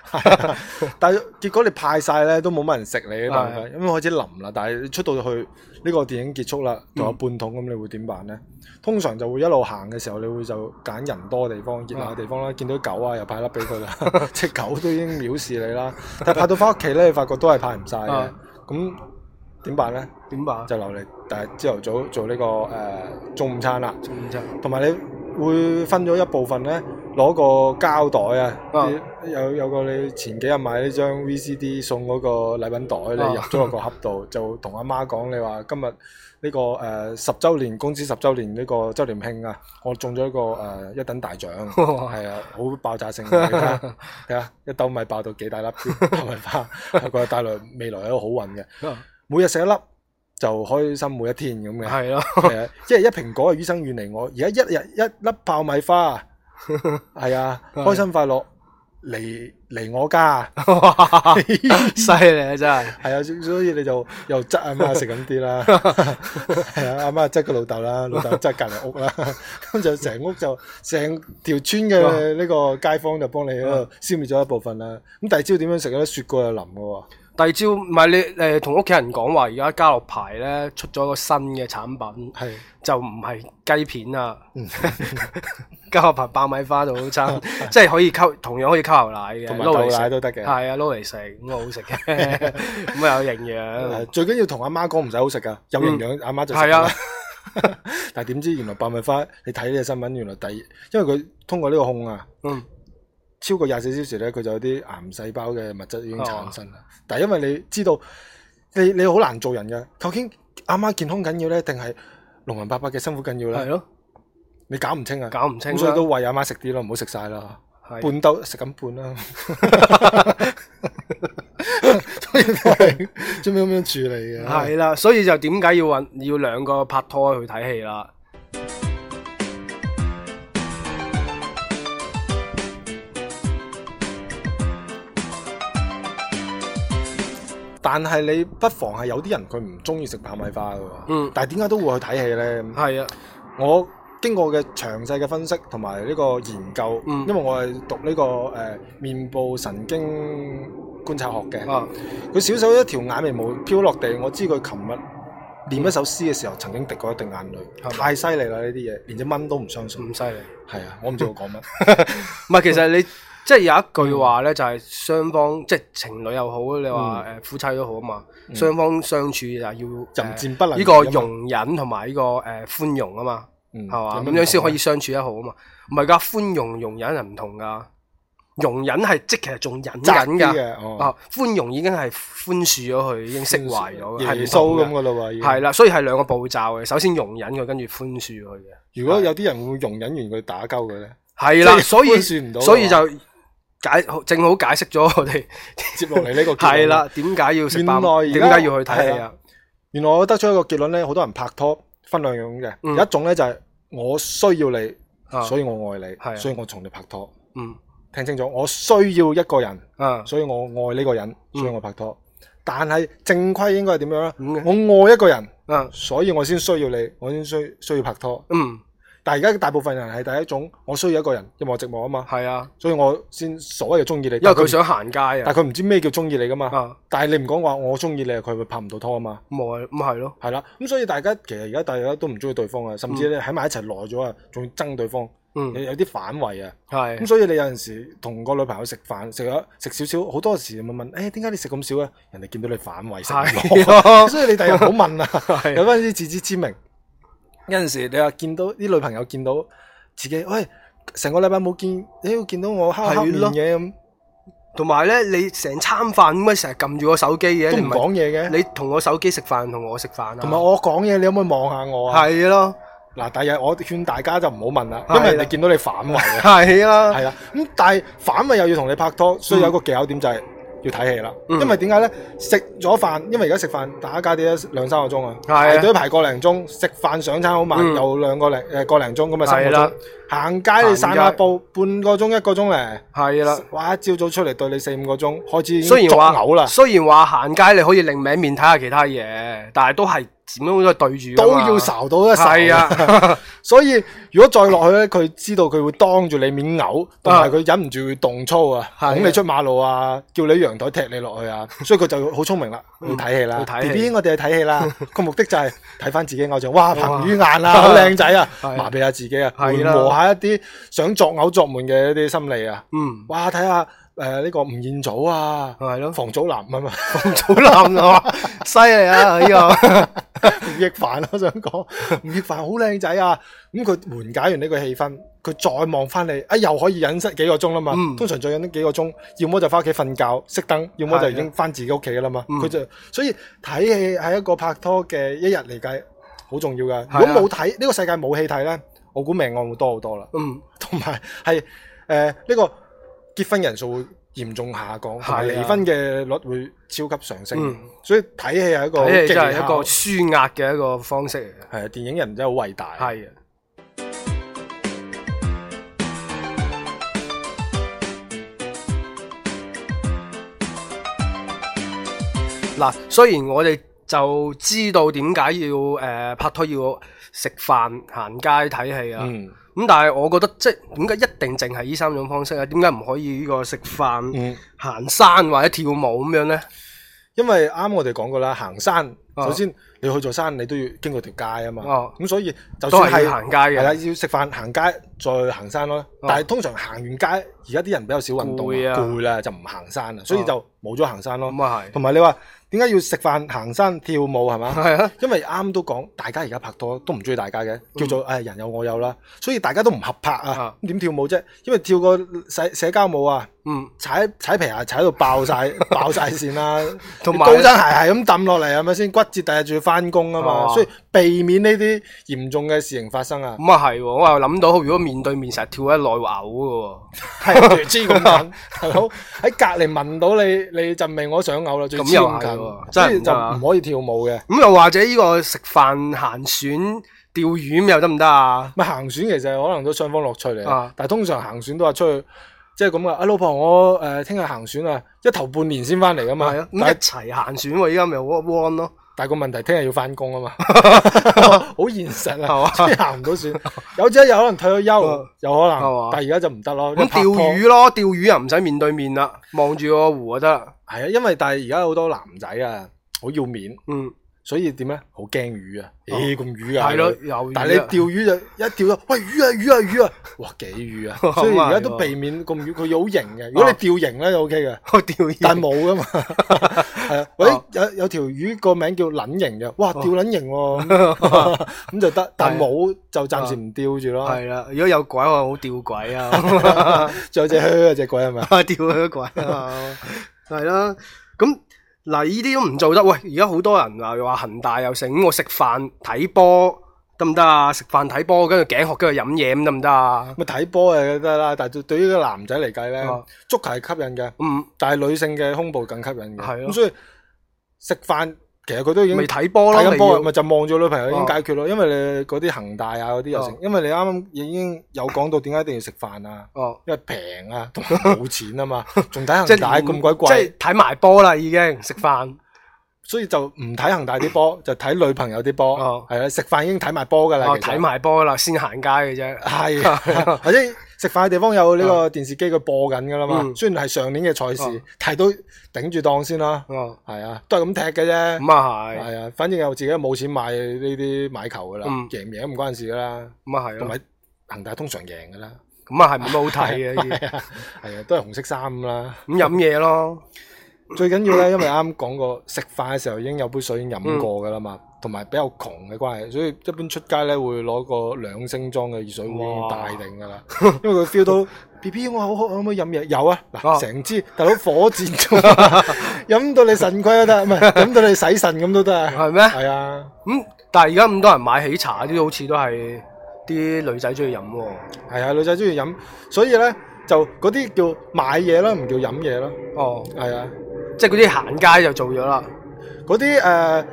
Speaker 5: 係啊 [laughs] 但係結果你派晒咧都冇乜人食你嘛，因為開始冧啦。但係你出到去呢個電影結束啦，仲有半桶咁，你會點辦咧？通常就會一路行嘅時候，你會就揀人多嘅地方、熱鬧嘅地方啦。見到狗啊，又派粒俾佢 [laughs] 啦，只狗都已經藐視你啦。但係派到翻屋企咧，你發覺都係派唔晒嘅
Speaker 3: 啊。
Speaker 5: 咁點辦咧？
Speaker 3: 點辦？
Speaker 5: 就留嚟，但係朝頭早做呢個誒中午餐啦。
Speaker 3: 仲真
Speaker 5: 同埋你會分咗一部分咧，攞個膠袋啊，
Speaker 3: 啊
Speaker 5: 啲有有個你前幾日買呢張 VCD 送嗰個禮品袋，
Speaker 3: 啊
Speaker 5: 你入咗落個盒度， [laughs] 就同阿媽講你話今日呢、個誒十週年公司十週年呢個週年慶啊，我中咗一個誒、呃一等大獎，係啊，好爆炸性嘅，你睇下睇下一兜米爆到幾大粒先，係咪 [laughs] 花？佢話帶來未來一個好運嘅，每日食一粒就開心每一天咁嘅。
Speaker 3: [laughs] 係咯，
Speaker 5: 係啊，即係一蘋果啊，醫生遠離我。而家一日一粒爆米花啊，係啊，
Speaker 3: 係
Speaker 5: 開心快樂嚟嚟我家啊，
Speaker 3: 哇犀利啊真係！
Speaker 5: 係啊，所所以你就又執阿媽食咁啲啦，係啊，阿媽執個老豆
Speaker 3: [laughs]
Speaker 5: 啦，老豆執隔離屋啦，咁就成屋就成條村嘅呢個街坊就幫你喺
Speaker 3: 啊
Speaker 5: 度消滅咗一部分啦。咁第二朝點樣食咧？雪過又淋嘅喎，
Speaker 3: 第二朝唔係你誒同屋企人講話，而家家樂牌咧出咗個新嘅產品，
Speaker 5: 係
Speaker 3: 就唔係雞片啊， [laughs] 家樂牌爆米花早餐，即係可以溝，同樣可以溝牛奶嘅，
Speaker 5: 同埋
Speaker 3: 撈嚟
Speaker 5: 豆
Speaker 3: 食
Speaker 5: 奶都得嘅
Speaker 3: 係啊，撈嚟食咁啊 [laughs] 好食嘅，咁啊有營養
Speaker 5: 誒，最緊要同阿媽講唔使好食噶，有營養阿媽就食
Speaker 3: 係啊
Speaker 5: 啦。 [laughs] 但係點知原來爆米花，你睇呢個新聞，原來第，因為佢通過呢個控啊，
Speaker 3: 嗯，
Speaker 5: 超過廿四小時咧，佢就有啲癌細胞嘅物質已經產生
Speaker 3: 哦
Speaker 5: 啦。但係因為你知道，你你好難做人嘅，究竟阿媽健康緊要咧，定係農民伯伯嘅辛苦緊要
Speaker 3: 係
Speaker 5: 咧？
Speaker 3: 咯，
Speaker 5: 你搞唔清啊！
Speaker 3: 搞唔清
Speaker 5: 咁所以
Speaker 3: 啦
Speaker 5: 都喂阿媽食啲咯，唔好食晒啦。
Speaker 3: 係
Speaker 5: 半兜食緊半啦，
Speaker 3: [laughs]
Speaker 5: [laughs] 所以都係最尾咁樣處理嘅。
Speaker 3: 係啦，所以就點解要揾要兩個拍拖去睇戲啦？
Speaker 5: 但係你不妨係有啲人佢唔中意食爆米花嘅喎，
Speaker 3: 嗯
Speaker 5: 但係點解都會去睇戲呢？
Speaker 3: 係啊，
Speaker 5: 我經過嘅詳細嘅分析同埋呢個研究，
Speaker 3: 嗯
Speaker 5: 因為我係讀呢、個誒、呃面部神經觀察學嘅，
Speaker 3: 啊
Speaker 5: 佢少少一條眼眉毛飄落地，我知佢琴日念一首詩嘅時候曾經滴過一滴眼淚，
Speaker 3: 嗯
Speaker 5: 太犀利啦呢啲嘢，連只蚊都唔相信。
Speaker 3: 咁犀利。
Speaker 5: 係啊，我唔知我
Speaker 3: [laughs]
Speaker 5: 講乜。
Speaker 3: 唔係，其實你即係有一句話咧，就係雙方即係情侶又好，你話
Speaker 5: 嗯
Speaker 3: 誒夫妻都好啊嘛，雙方相處就係要人
Speaker 5: 戰嗯不能
Speaker 3: 呢
Speaker 5: 言
Speaker 3: 個
Speaker 5: 啊嘛
Speaker 3: 容忍同埋呢個誒寬容啊嘛，
Speaker 5: 嗯
Speaker 3: 係嘛？
Speaker 5: 有咩
Speaker 3: 咁
Speaker 5: 唔
Speaker 3: 樣先
Speaker 5: 同
Speaker 3: 可
Speaker 5: 呢
Speaker 3: 以相處得好啊嘛。唔係㗎，寬容容忍係唔同㗎，容忍係即其實仲忍
Speaker 5: 窄
Speaker 3: 緊
Speaker 5: 啲
Speaker 3: 㗎。
Speaker 5: 嘅，哦，
Speaker 3: 啊，寬容已經係寬恕咗佢，已經釋懷咗，係
Speaker 5: 耶
Speaker 3: 唔
Speaker 5: 穌咁
Speaker 3: 同嘅。
Speaker 5: 噶啦喎。已經
Speaker 3: 係啦，所以係兩個步驟嘅，首先容忍佢，跟住寬恕佢嘅。
Speaker 5: 如果有啲人會容忍完佢打鳩佢咧，
Speaker 3: 係啦，
Speaker 5: 即係
Speaker 3: 所以
Speaker 5: 寬恕唔到嘅
Speaker 3: 所以
Speaker 5: 話
Speaker 3: 就解正好解釋咗我哋
Speaker 5: [laughs] [laughs]
Speaker 3: [laughs]
Speaker 5: 接落嚟呢個結論
Speaker 3: 係啦，點解要食飯？
Speaker 5: 原
Speaker 3: 點
Speaker 5: 來而家
Speaker 3: 解要去睇戲啊？
Speaker 5: 原來我得出一個結論咧，好多人拍拖分兩樣嘅，
Speaker 3: 嗯
Speaker 5: 有一種咧就係我需要
Speaker 3: 啊
Speaker 5: 你，所以我愛
Speaker 3: 係啊
Speaker 5: 你，所以我同你拍拖。
Speaker 3: 嗯
Speaker 5: 聽清楚，我需要一個人，
Speaker 3: 啊，
Speaker 5: 所以我愛呢個人，所以我拍拖。但係正規應該係點樣
Speaker 3: 嗯
Speaker 5: 咧？我愛一個人，
Speaker 3: 嗯
Speaker 5: 所以我先需要你，我先需需要拍拖。
Speaker 3: 嗯，
Speaker 5: 但係而家大部分人係第一種，我需要一個人，因為我寂寞啊嘛，
Speaker 3: 係啊，
Speaker 5: 所以我先所謂嘅中意你。
Speaker 3: 因為
Speaker 5: 但
Speaker 3: 佢想行街啊
Speaker 5: 但。係佢唔知咩叫中意你噶嘛。
Speaker 3: 啊，
Speaker 5: 但係你唔講話我中意你，佢會拍唔到拖啊嘛。
Speaker 3: 冇啊咁係咯，
Speaker 5: 係啦，咁所以大家其實而家大家都唔中意對方啊，甚至咧喺埋一齊耐咗啊，仲要爭對方，
Speaker 3: 嗯
Speaker 5: 有有啲反胃啊。咁
Speaker 3: 係
Speaker 5: 所以你有陣時同個女朋友食飯，食咗食少少，好多時咪問，誒點解你食咁少啊？人哋見到你反胃食唔
Speaker 3: 係
Speaker 5: 落，
Speaker 3: 咯，
Speaker 5: [laughs] 所以你第日唔好問啊，
Speaker 3: 係
Speaker 5: 有翻啲自知之明。有陣時你啊話見到啲女朋友見到自己，喂，成個禮拜冇見，妖見到我黑黑面
Speaker 3: 係咯
Speaker 5: 嘅咁，
Speaker 3: 同埋咧，你成餐飯咁樣成日撳住我手機嘅，
Speaker 5: 都
Speaker 3: 你
Speaker 5: 唔講
Speaker 3: 係
Speaker 5: 嘢嘅，
Speaker 3: 你同我手機食飯，同我食飯啊，
Speaker 5: 同埋我講嘢，你可唔可以望下我啊？
Speaker 3: 係咯，
Speaker 5: 嗱，第日我勸大家就唔好問啦，
Speaker 3: 係
Speaker 5: 因
Speaker 3: 啦
Speaker 5: 為人哋見到你反胃
Speaker 3: [laughs]
Speaker 5: 啊。
Speaker 3: 係啦，
Speaker 5: 係啦，咁但係反咪又要同你拍拖，所以有一個技巧點就係要睇戲啦。
Speaker 3: 嗯
Speaker 5: 因為點解咧？食咗飯，因為而家食飯打家啲一兩三個鐘啊，
Speaker 3: 係啊
Speaker 5: 排隊排個零鐘，食飯上餐好慢，
Speaker 3: 嗯
Speaker 5: 又兩個零誒個零鐘咁啊三個
Speaker 3: 係啦
Speaker 5: 鐘。行街你散下步，半個鐘一個鐘咧，
Speaker 3: 係啦。
Speaker 5: 哇！一朝早出嚟對你四五個鐘，開始已
Speaker 3: 雖
Speaker 5: 經
Speaker 3: 然
Speaker 5: 作
Speaker 3: 話
Speaker 5: 嘔啦，
Speaker 3: 雖然話行街你可以另面面睇下其他嘢，但係都係點都都係對住㗎
Speaker 5: 都
Speaker 3: 嘛
Speaker 5: 要睄到一
Speaker 3: [laughs] 係
Speaker 5: 睄
Speaker 3: 啊，
Speaker 5: 所以如果再落去咧，佢知道佢會當住你面嘔，同
Speaker 3: 啊
Speaker 5: 埋佢忍唔住會動粗啊，
Speaker 3: 係啊
Speaker 5: 拱你出馬路啊，叫你陽台踢你落去
Speaker 3: [laughs]
Speaker 5: 啊，所以佢就好聰明啦，去睇戲啦
Speaker 3: 嗯去睇戲
Speaker 5: B B，我哋去睇戲
Speaker 3: [laughs]
Speaker 5: 啦，個目的就係睇翻自己偶像，哇，
Speaker 3: 哇
Speaker 5: 彭于晏
Speaker 3: [laughs]
Speaker 5: 啊，好靚仔啊
Speaker 3: 係，
Speaker 5: 麻痹下自己啊，
Speaker 3: 係
Speaker 5: 緩
Speaker 3: 啦
Speaker 5: 和下一啲想作嘔作悶嘅一啲心理啊，
Speaker 3: 嗯，
Speaker 5: 哇，睇下誒呢個吳彥祖
Speaker 3: [laughs]
Speaker 5: 啊，
Speaker 3: 係咯
Speaker 5: 房祖藍啊唔係
Speaker 3: [laughs]
Speaker 5: 唔係
Speaker 3: 好難啊， [laughs] 犀利啊呢
Speaker 5: [laughs]
Speaker 3: 個，
Speaker 5: 吳亦凡啊，我想講吳亦凡好靚仔啊！咁佢緩解完呢個氣氛，佢再望翻你，啊又可以忍失幾個鐘啦嘛。
Speaker 3: 嗯
Speaker 5: 通常再忍呢幾個鐘，要麼就翻屋企瞓覺熄燈，要麼就已經翻自己屋企噶啦嘛。
Speaker 3: 啊嗯
Speaker 5: 佢就所以睇戲係一個拍拖嘅一日嚟計好重要噶。
Speaker 3: 係啊
Speaker 5: 如果冇睇呢個世界冇戲睇呢，我估命案會多好多啦，
Speaker 3: [laughs]
Speaker 5: [laughs]
Speaker 3: 嗯，
Speaker 5: 同埋係誒呢個結婚人數會嚴重下降，同埋
Speaker 3: 係
Speaker 5: 離
Speaker 3: 啊
Speaker 5: 婚嘅率會超級上升。
Speaker 3: 嗯
Speaker 5: 所以睇戲係一個
Speaker 3: 睇戲哎真係
Speaker 5: 技
Speaker 3: 一
Speaker 5: 巧
Speaker 3: 個舒壓嘅一個方式嚟
Speaker 5: 係啊，電影人真係好偉大。
Speaker 3: 嘅，係啊。嗱，雖然我哋就知道點解要誒、呃拍拖要食飯、行街、睇戲啊，
Speaker 5: 嗯
Speaker 3: 咁但係我覺得即係點解一定淨係呢三種方式啊？點解唔可以呢個食飯、
Speaker 5: 嗯，
Speaker 3: 行山或者跳舞咁樣呢？
Speaker 5: 因為啱我哋講過啦，行山
Speaker 3: 啊
Speaker 5: 首先你去座山，你都要經過條街啊嘛。
Speaker 3: 哦
Speaker 5: 咁所以就
Speaker 3: 都
Speaker 5: 算
Speaker 3: 係
Speaker 5: 係
Speaker 3: 要行街嘅
Speaker 5: 係啦，要食飯、行街再行山咯。
Speaker 3: 哦
Speaker 5: 但係通常行完街，而家啲人比較少運動，
Speaker 3: 攰啊
Speaker 5: 攰啦就唔行山啦，所以
Speaker 3: 哦
Speaker 5: 就冇咗行山咯。
Speaker 3: 咁啊係，
Speaker 5: 同埋你話點解要食飯、行山、跳舞係嘛？
Speaker 3: 係啊，嗯
Speaker 5: 因為啱都講，大家而家拍拖都唔中意大家嘅，叫做誒、唉人有我有啦，所以大家都唔合拍啊
Speaker 3: 啊。
Speaker 5: 咁點跳舞啫？因為跳個社社交舞啊。
Speaker 3: 嗯，
Speaker 5: 踩踩皮鞋踩到爆
Speaker 3: [laughs]
Speaker 5: 晒爆晒線啦，
Speaker 3: 同埋
Speaker 5: 高踭鞋係咁揼落嚟係咪先？骨折第日仲要翻工啊嘛，
Speaker 3: 哦
Speaker 5: 所以避免呢啲嚴重嘅事情發生啊，
Speaker 3: 咁啊係喎，我又諗到，如果面對面成日跳得耐會嘔嘅
Speaker 5: 係知咁緊，
Speaker 3: [laughs]
Speaker 5: 大佬喺隔離聞到你你陣味，我想嘔啦，最
Speaker 3: 咁又
Speaker 5: 黐
Speaker 3: 係
Speaker 5: 緊，
Speaker 3: 喎真係
Speaker 5: 所以
Speaker 3: 唔
Speaker 5: 就
Speaker 3: 得啊
Speaker 5: 唔可以跳舞嘅。
Speaker 3: 喎。咁又或者呢個食飯、行船、釣魚咁又得唔得啊？
Speaker 5: 咪行船其實可能都雙方樂趣嚟
Speaker 3: 啊
Speaker 5: 啊，但係通常行船都話出去。即係咁啊！啊老婆，我誒聽日行船啊，一頭半年先翻嚟噶嘛。
Speaker 3: 係啊，咁
Speaker 5: 但係
Speaker 3: 一齊行船喎，依家咪好 one 咯。
Speaker 5: 但係個問題，聽日要翻工啊
Speaker 3: [laughs]
Speaker 5: 嘛，好現實
Speaker 3: 係
Speaker 5: 啊
Speaker 3: 嘛，
Speaker 5: 即係行唔到船。有朝一日可能退咗休
Speaker 3: 嗯，
Speaker 5: 有可
Speaker 3: 係嘛
Speaker 5: 能，但係而家就唔得咯。
Speaker 3: 咁釣魚咯，釣魚又唔使面對面啦，望住個湖就得啦。
Speaker 5: 係啊，因為但係而家好多男仔啊，好要面，
Speaker 3: 嗯，
Speaker 5: 所以點咧？好驚魚啊！咦，咁魚啊，
Speaker 3: 哦係咯，有
Speaker 5: 但係你釣魚就一釣到，喂魚啊魚啊魚啊，哇幾魚
Speaker 3: [laughs]
Speaker 5: 啊！所以而家都避免咁魚，佢好型嘅。如
Speaker 3: 哦
Speaker 5: 果你釣型咧就 OK 嘅，
Speaker 3: [laughs] 我釣魚，啊
Speaker 5: 但係冇
Speaker 3: [laughs]
Speaker 5: 噶嘛。係啊，
Speaker 3: 哦
Speaker 5: 或者有有條魚個名叫撚型嘅，哇釣撚型喎，
Speaker 3: [laughs]
Speaker 5: 咁咁就得。但係冇就暫時唔釣住咯。
Speaker 3: 啊係啦，如果有鬼我好吊
Speaker 5: [laughs]
Speaker 3: 鬼啊， [laughs]
Speaker 5: 仲有隻靴啊隻鬼係咪？
Speaker 3: 吊佢鬼啊，係啦，咁。嗱，呢啲都唔做得。喂，而家好多人啊，又話恒大又成，咁我食飯睇波得唔得啊？食飯睇波，跟住頸渴，跟住飲嘢咁得唔得啊？
Speaker 5: 咪睇波就得啦，但係對對於個男仔嚟計咧
Speaker 3: 啊，
Speaker 5: 足球係吸引嘅，
Speaker 3: 嗯，
Speaker 5: 但係女性嘅胸部更吸引嘅。
Speaker 3: 係咯
Speaker 5: 咁所以食飯其實佢都已經
Speaker 3: 未睇波咯，
Speaker 5: 睇緊
Speaker 3: 咪
Speaker 5: 波啊
Speaker 3: 要
Speaker 5: 咪就望住女朋友已經
Speaker 3: 哦
Speaker 5: 解決咯，因為你嗰啲恒大啊嗰啲又成
Speaker 3: 哦，
Speaker 5: 因為你啱啱已經有講到點解一定要食飯啊，
Speaker 3: 哦，
Speaker 5: 因為平啊， [laughs] 同埋冇錢啊嘛， [laughs] 仲睇
Speaker 3: 即
Speaker 5: 恒大
Speaker 3: 係
Speaker 5: 咁鬼
Speaker 3: 即
Speaker 5: 貴
Speaker 3: 係，睇埋波啦，已經食飯。
Speaker 5: 所以就唔睇恒大啲波，就睇女朋友啲
Speaker 3: 哦
Speaker 5: 波，係啊啦，食飯已經睇埋波㗎啦，
Speaker 3: 哦，
Speaker 5: 其實
Speaker 3: 睇埋波啦，先行街嘅
Speaker 5: [laughs]
Speaker 3: 啫。
Speaker 5: 係，啊或者食飯嘅地方有呢個電視機佢播緊㗎啦嘛
Speaker 3: 嗯，
Speaker 5: 雖然係上年嘅賽
Speaker 3: 哦
Speaker 5: 事，但係都頂住檔先啦，
Speaker 3: 哦，
Speaker 5: 係啊，都係咁踢嘅啫。
Speaker 3: 咁啊係，
Speaker 5: 係啊，反正又自己冇錢買呢啲買球㗎啦，
Speaker 3: 嗯
Speaker 5: 贏唔贏都唔關事㗎啦。
Speaker 3: 咁啊係
Speaker 5: 同
Speaker 3: 咯，
Speaker 5: 埋恒大通常贏噶啦，
Speaker 3: 咁啊係冇乜好
Speaker 5: [laughs]
Speaker 3: 睇嘅呢啲。
Speaker 5: 係啊，係啊，都係紅色衫咁啦。
Speaker 3: 咁飲嘢咯，
Speaker 5: 最緊要咧，因為啱啱講過食飯嘅時候已經有杯水已經飲過噶啦嘛，同埋比較窮嘅關係，所以一般出街咧會攞個兩升裝嘅熱水壺已經帶定噶啦，因為佢 feel [laughs] 到 B B 我好渴可唔可以飲嘢？有啊，
Speaker 3: 哦
Speaker 5: 嗱成支大佬火箭 [laughs] 咁，飲到你腎虧都得，唔係 [laughs] 飲到你洗腎咁都得啊。
Speaker 3: 係咩？
Speaker 5: 係啊，
Speaker 3: 咁但係而家咁多人買喜茶啲，好似都係啲女仔中意飲喎。
Speaker 5: 係啊，女仔中意飲，所以咧就嗰啲叫買嘢啦，唔叫飲嘢啦，
Speaker 3: 哦，
Speaker 5: 係啊。
Speaker 3: 即係嗰啲行街就做咗啦。
Speaker 5: 嗰啲誒，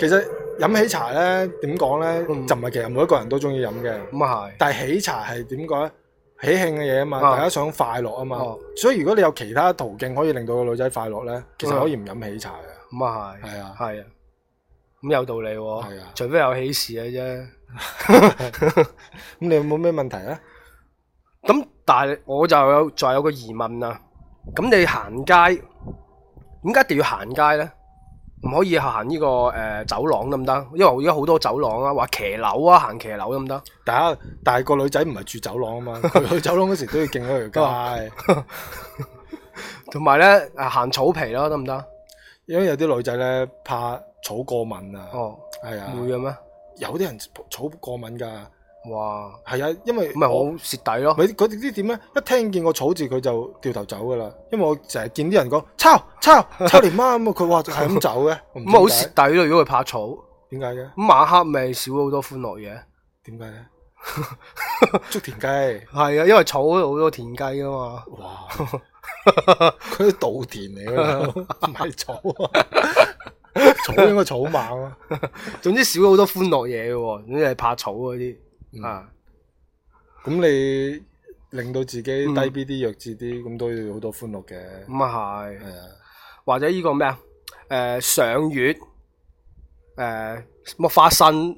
Speaker 5: 其實飲喜茶咧點講咧，
Speaker 3: 嗯
Speaker 5: 就唔係其實每一個人都中意飲嘅，
Speaker 3: 咁啊係。
Speaker 5: 但係喜茶係點講咧？喜慶嘅嘢啊嘛，
Speaker 3: 啊
Speaker 5: 大家想快樂啊嘛，
Speaker 3: 哦
Speaker 5: 所以如果你有其他途徑可以令到個女仔快樂咧，其實
Speaker 3: 嗯
Speaker 5: 可以唔飲喜茶嘅，
Speaker 3: 咁啊係。
Speaker 5: 係啊
Speaker 3: 係啊。咁有道理喎。
Speaker 5: 係啊
Speaker 3: 除非有喜事嘅啫。
Speaker 5: 咁你有冇咩問題咧？
Speaker 3: 咁但係我就有就有個疑問啊。咁你行街點解一定要行街咧？唔可以行呢、個呃走廊得唔得？因為而家好多走廊啊，話騎樓啊，行騎樓得唔得？
Speaker 5: 大家但係個女仔唔係住走廊啊嘛，佢去走廊嗰時都要勁咗條街，
Speaker 3: 同埋咧啊行草皮啦，得唔得？
Speaker 5: 因為有啲女仔咧怕草過敏啊，
Speaker 3: 哦，
Speaker 5: 係
Speaker 3: 會
Speaker 5: 啊，
Speaker 3: 嘅咩？
Speaker 5: 有啲人草過敏㗎，
Speaker 3: 哇，
Speaker 5: 係啊，因為
Speaker 3: 咁咪好
Speaker 5: 我
Speaker 3: 蝕底咯。
Speaker 5: 咪嗰啲點咧？一聽見個草字佢就掉頭走噶啦，因為我成日見啲人講抄抄抄你媽咁啊，佢話係咁走嘅，我唔
Speaker 3: 咁咪好啊
Speaker 5: 知
Speaker 3: 蝕底咯。如果佢怕草，咁
Speaker 5: 點解嘅？
Speaker 3: 晚黑咪少咗好多歡樂嘢。
Speaker 5: 點解
Speaker 3: [laughs]
Speaker 5: 咧？捉田雞，
Speaker 3: 係啊，因為草嗰度好多田雞啊嘛。 [laughs]
Speaker 5: 哇！佢啲稻田嚟㗎，唔係草啊！草應該草蜢啊！
Speaker 3: 總之少咗好多歡樂嘢嘅喎。總之係怕草嗰
Speaker 5: 嗯
Speaker 3: 啲啊。
Speaker 5: 咁你令到自己
Speaker 3: 嗯
Speaker 5: 低 B 啲、弱智啲，咁都要好多歡樂嘅。
Speaker 3: 咁啊係。
Speaker 5: 係啊，
Speaker 3: 或者呢個咩啊？誒、上月誒乜花生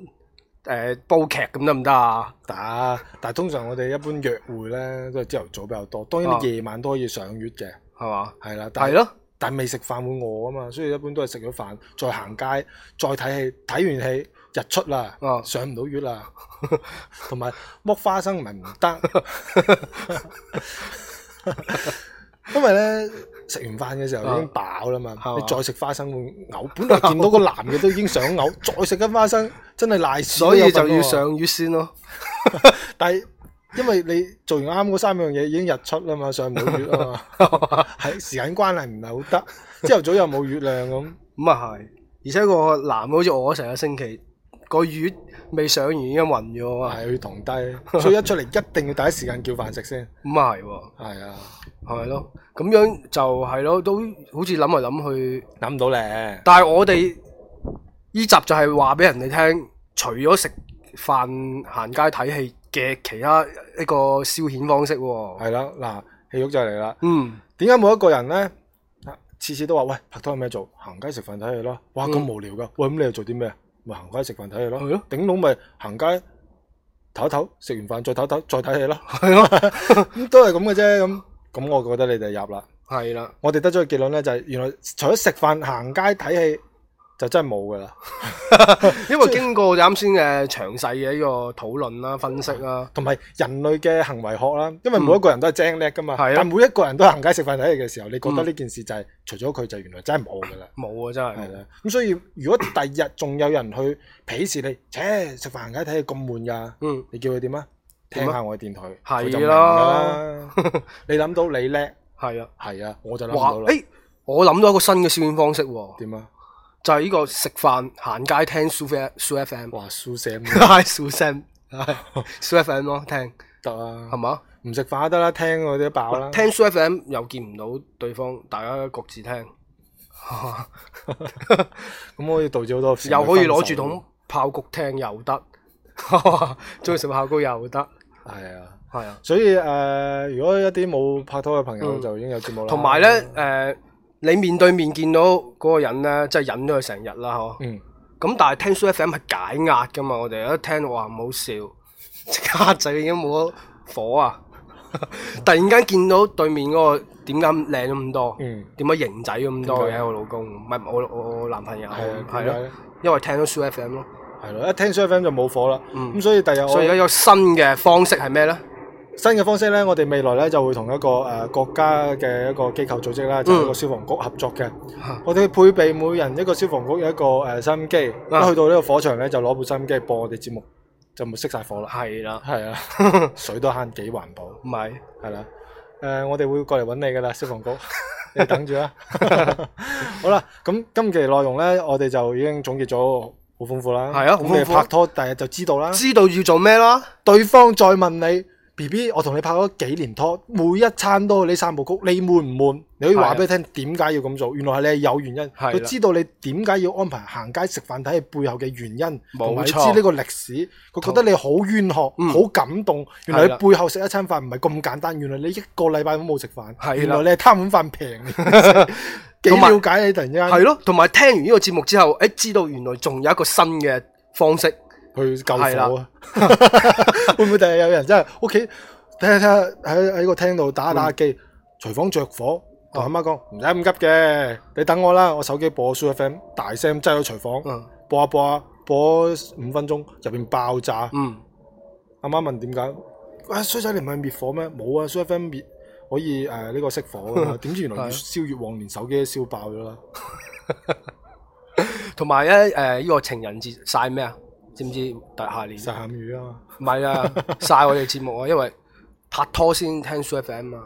Speaker 3: 誒、煲劇咁得唔得啊？
Speaker 5: 打，但係通常我哋一般約會咧都係朝頭早比較多，當然
Speaker 3: 啊
Speaker 5: 你夜晚都可以上月嘅。
Speaker 3: 係嘛？
Speaker 5: 係啦，但
Speaker 3: 係
Speaker 5: 係
Speaker 3: 咯，
Speaker 5: 但未食飯會餓啊嘛，所以一般都係食咗飯再行街，再睇戲，睇完戲日出啦，
Speaker 3: 啊
Speaker 5: 上唔到月啦， [laughs] 同埋剝花生唔係唔
Speaker 3: [laughs]
Speaker 5: 得，因為咧食完飯嘅時候已經飽啦嘛，
Speaker 3: 啊係嘛
Speaker 5: 你再食花生會嘔，本來見到個男嘅都已經想
Speaker 3: [laughs]
Speaker 5: 嘔，再食緊花生真係賴屎都
Speaker 3: 所
Speaker 5: 有
Speaker 3: 以
Speaker 5: 份
Speaker 3: 就要
Speaker 5: 喎，
Speaker 3: 上月先咯。
Speaker 5: [laughs]
Speaker 3: [laughs]
Speaker 5: 但係。因為你做完啱嗰三樣嘢已經日出啦嘛，上唔到月啊嘛，係時間關係唔係好得，朝頭早又冇月亮咁。
Speaker 3: 咁啊係，而且個男好似我成個星期個月未上完已經暈咗啊！
Speaker 5: 係去同低，所以一出嚟一定要第一時間叫飯食先。
Speaker 3: 咁啊係喎，
Speaker 5: 係啊，
Speaker 3: 係咪咯？咁樣就係咯，都好似諗嚟諗去。
Speaker 5: 諗到咧，
Speaker 3: 但係我哋呢集就係話俾人哋聽，除咗食飯、行街、睇戲嘅其他一個消遣方式喎。
Speaker 5: 係啦，嗱，戲肉就嚟啦。
Speaker 3: 嗯，
Speaker 5: 點解冇一個人咧？啊次次都話喂，拍拖有咩做？行街食飯睇戲咯。哇，咁
Speaker 3: 嗯
Speaker 5: 無聊噶。喂，咁你又做啲咩？咪行街食飯睇戲咯。
Speaker 3: 係咯
Speaker 5: 頂籠咪行街唞一唞，食完飯再唞一唞，再睇戲咯。
Speaker 3: 係咯，
Speaker 5: 咁 [laughs] 都係咁嘅啫。咁咁，我覺得你哋入啦。
Speaker 3: 係啦，
Speaker 5: 我哋得咗個結論咧，就係原來除咗食飯、行街、睇戲，就真係冇噶啦。
Speaker 3: 因為經過啱先嘅詳細嘅呢個討論啦、分析啦，
Speaker 5: 同埋人類嘅行為學啦，因為每一個人都係精叻噶嘛，
Speaker 3: 係啊
Speaker 5: 但每一個人都係行街食飯睇嘢嘅時候，你覺得呢件事就係、除咗佢就原來真係冇噶啦。
Speaker 3: 冇啊真係
Speaker 5: 係。啦，咁所以如果第日仲有人去鄙視你，切食飯行街睇嘢咁悶㗎，
Speaker 3: 嗯， [laughs]
Speaker 5: 你叫佢點啊？
Speaker 3: 點啊
Speaker 5: 聽下我嘅電台，
Speaker 3: 係
Speaker 5: 佢就明㗎
Speaker 3: 啦
Speaker 5: 啦。你諗到你叻，
Speaker 3: 係啊。
Speaker 5: 係啊，我就諗唔
Speaker 3: 話
Speaker 5: 到啦。
Speaker 3: 誒，我諗到一個新嘅消遣方式喎，
Speaker 5: 點啊？
Speaker 3: 就係呢個食飯行街聽 Su FM，
Speaker 5: 哇，輸 [laughs] 聲
Speaker 3: [laughs] 係 Su 聲 Su FM 咯，聽
Speaker 5: 得啊
Speaker 3: 係，嘛？
Speaker 5: 唔食飯都得啦，聽嗰啲爆啦。
Speaker 3: 聽 Su FM 又見唔到對方，大家各自聽，
Speaker 5: 咁可以導致好多事
Speaker 3: 又可以攞住
Speaker 5: 分手
Speaker 3: 桶炮谷聽又得， [laughs] 中意食炮谷又得，
Speaker 5: 係啊。
Speaker 3: 係啊。
Speaker 5: 所以誒、呃如果一啲冇拍拖嘅朋友
Speaker 3: 嗯
Speaker 5: 就已經有節目啦。
Speaker 3: 同埋咧，誒、你面對面見到嗰個人咧，即係忍咗佢成日啦，嗬、
Speaker 5: 嗯，
Speaker 3: 咁但係聽 Soo FM 係解壓噶嘛，我哋一聽話唔好笑， [laughs] 即刻壓制已經冇咗火啊！ [laughs] 突然間見到對面嗰個點解咁靚咗咁多
Speaker 5: 嗯，
Speaker 3: 點解型仔咁多
Speaker 5: 點解
Speaker 3: 嘅我老公，唔係我我我男朋友
Speaker 5: 係啊
Speaker 3: 係
Speaker 5: 點解
Speaker 3: 咯
Speaker 5: 咧，
Speaker 3: 因為聽咗 Soo FM 咯，
Speaker 5: 係咯，一聽 s h FM 就冇火啦。咁、所以第日我
Speaker 3: 所以而家有新嘅方式係咩咧？
Speaker 5: 新嘅方式咧，我哋未來咧就會同一個誒、呃、國家嘅一個機構組織啦，就係、一個消防局合作嘅。我哋配備每人一個消防局有一個誒、呃收音機，一、
Speaker 3: 啊
Speaker 5: 去到呢個火場咧就攞部收音機播我哋節目，就冇熄晒火啦。
Speaker 3: 係
Speaker 5: [laughs]
Speaker 3: 啦，
Speaker 5: 係啊， [laughs] 水都慳幾環保，
Speaker 3: 唔係
Speaker 5: 係啦。誒、我哋會過嚟揾你噶啦，消防局， [laughs] 你等住啊。 [laughs] 好啦，咁今期內容咧，我哋就已經總結咗好豐富啦。
Speaker 3: 係啊好豐富
Speaker 5: 咁你拍拖第日就知道啦。
Speaker 3: 知道要做咩啦？
Speaker 5: 對方再問你 B B，我同你拍咗幾年拖，每一餐都係呢三部曲，你悶唔悶？你可以話俾佢聽點解要咁做，原來係你係有原因，
Speaker 3: 係啦
Speaker 5: 佢知道你點解要安排行街食飯睇戲背後嘅原因，
Speaker 3: 冇
Speaker 5: 同埋你知
Speaker 3: 錯
Speaker 5: 呢個歷史，佢覺得你好冤學，好、
Speaker 3: 嗯
Speaker 5: 感動。原來
Speaker 3: 係啦
Speaker 5: 你背後食一餐飯唔係咁簡單，原來你一個禮拜都冇食飯，
Speaker 3: 係
Speaker 5: 原
Speaker 3: 啦
Speaker 5: 來你係貪碗飯
Speaker 3: [laughs]
Speaker 5: 平，幾
Speaker 3: 同埋
Speaker 5: 了解你突然間
Speaker 3: 係咯，同埋聽完呢個節目之後，誒、知道原來仲有一個新嘅方式。
Speaker 5: 去救
Speaker 3: 係
Speaker 5: 火
Speaker 3: 啦
Speaker 5: [laughs] 啊！會唔會第日有人真係屋企睇下睇下喺喺個廳度打下打下機，
Speaker 3: 嗯
Speaker 5: 廚房着火，哦同阿媽講唔使咁急嘅，你等我啦，我手機播 Super FM 大聲擠咗廚房，
Speaker 3: 嗯
Speaker 5: 播下播下播五分鐘，入邊爆炸。
Speaker 3: 嗯。
Speaker 5: 阿媽問點解？啊衰仔你唔係滅火咩？冇啊，Super FM 滅可以誒呃呢、個熄火
Speaker 3: [laughs]
Speaker 5: 㗎嘛？點知原來越
Speaker 3: 啊
Speaker 5: 燒越旺，連手機都燒爆咗啦！
Speaker 3: 同埋咧，誒、呢、個情人節晒咩啊？知唔知？大下年
Speaker 5: 曬鹹魚啊嘛〜
Speaker 3: 唔
Speaker 5: [laughs]
Speaker 3: 係啊，晒我哋節目啊，因為拍拖先聽 s u FM 啊。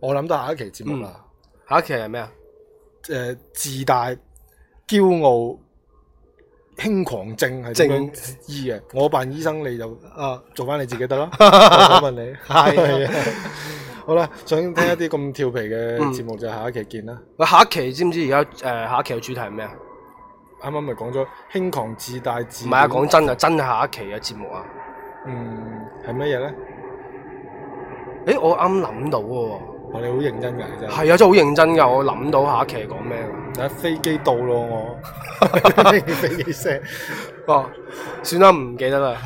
Speaker 5: 我諗到下一期節
Speaker 3: 嗯
Speaker 5: 目啦。
Speaker 3: 下一期係咩啊？
Speaker 5: 誒、呃自大、驕傲、輕狂症係點樣醫嘅？我扮醫生，你就啊做翻你自己得
Speaker 3: [laughs]
Speaker 5: 啦。我想問你，係啊好啦，想聽一啲咁調皮嘅
Speaker 3: 嗯
Speaker 5: 節目就下一期見啦。
Speaker 3: 喂，下一期知唔知而家誒下一期嘅主題係咩啊？
Speaker 5: 啱啱咪講咗輕狂、自大、自
Speaker 3: 唔
Speaker 5: 戀
Speaker 3: 係啊，講真啊，真係下一期嘅節目啊。
Speaker 5: 嗯係乜嘢咧？
Speaker 3: 誒，我啱諗到喎。
Speaker 5: 我哋好認真㗎，真係。
Speaker 3: 係啊，真係好認真㗎，我諗到下一期係講咩㗎。
Speaker 5: 等飛機到咯，
Speaker 3: [laughs]
Speaker 5: 我飛機聲，
Speaker 3: 哦，算啦，唔記得啦。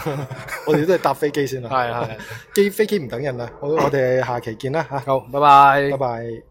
Speaker 5: 我哋都係搭飛機先啦。
Speaker 3: 係係，啊
Speaker 5: 機飛機唔等人啦，我我哋下期見啦嚇，
Speaker 3: 好，拜拜
Speaker 5: 拜。拜。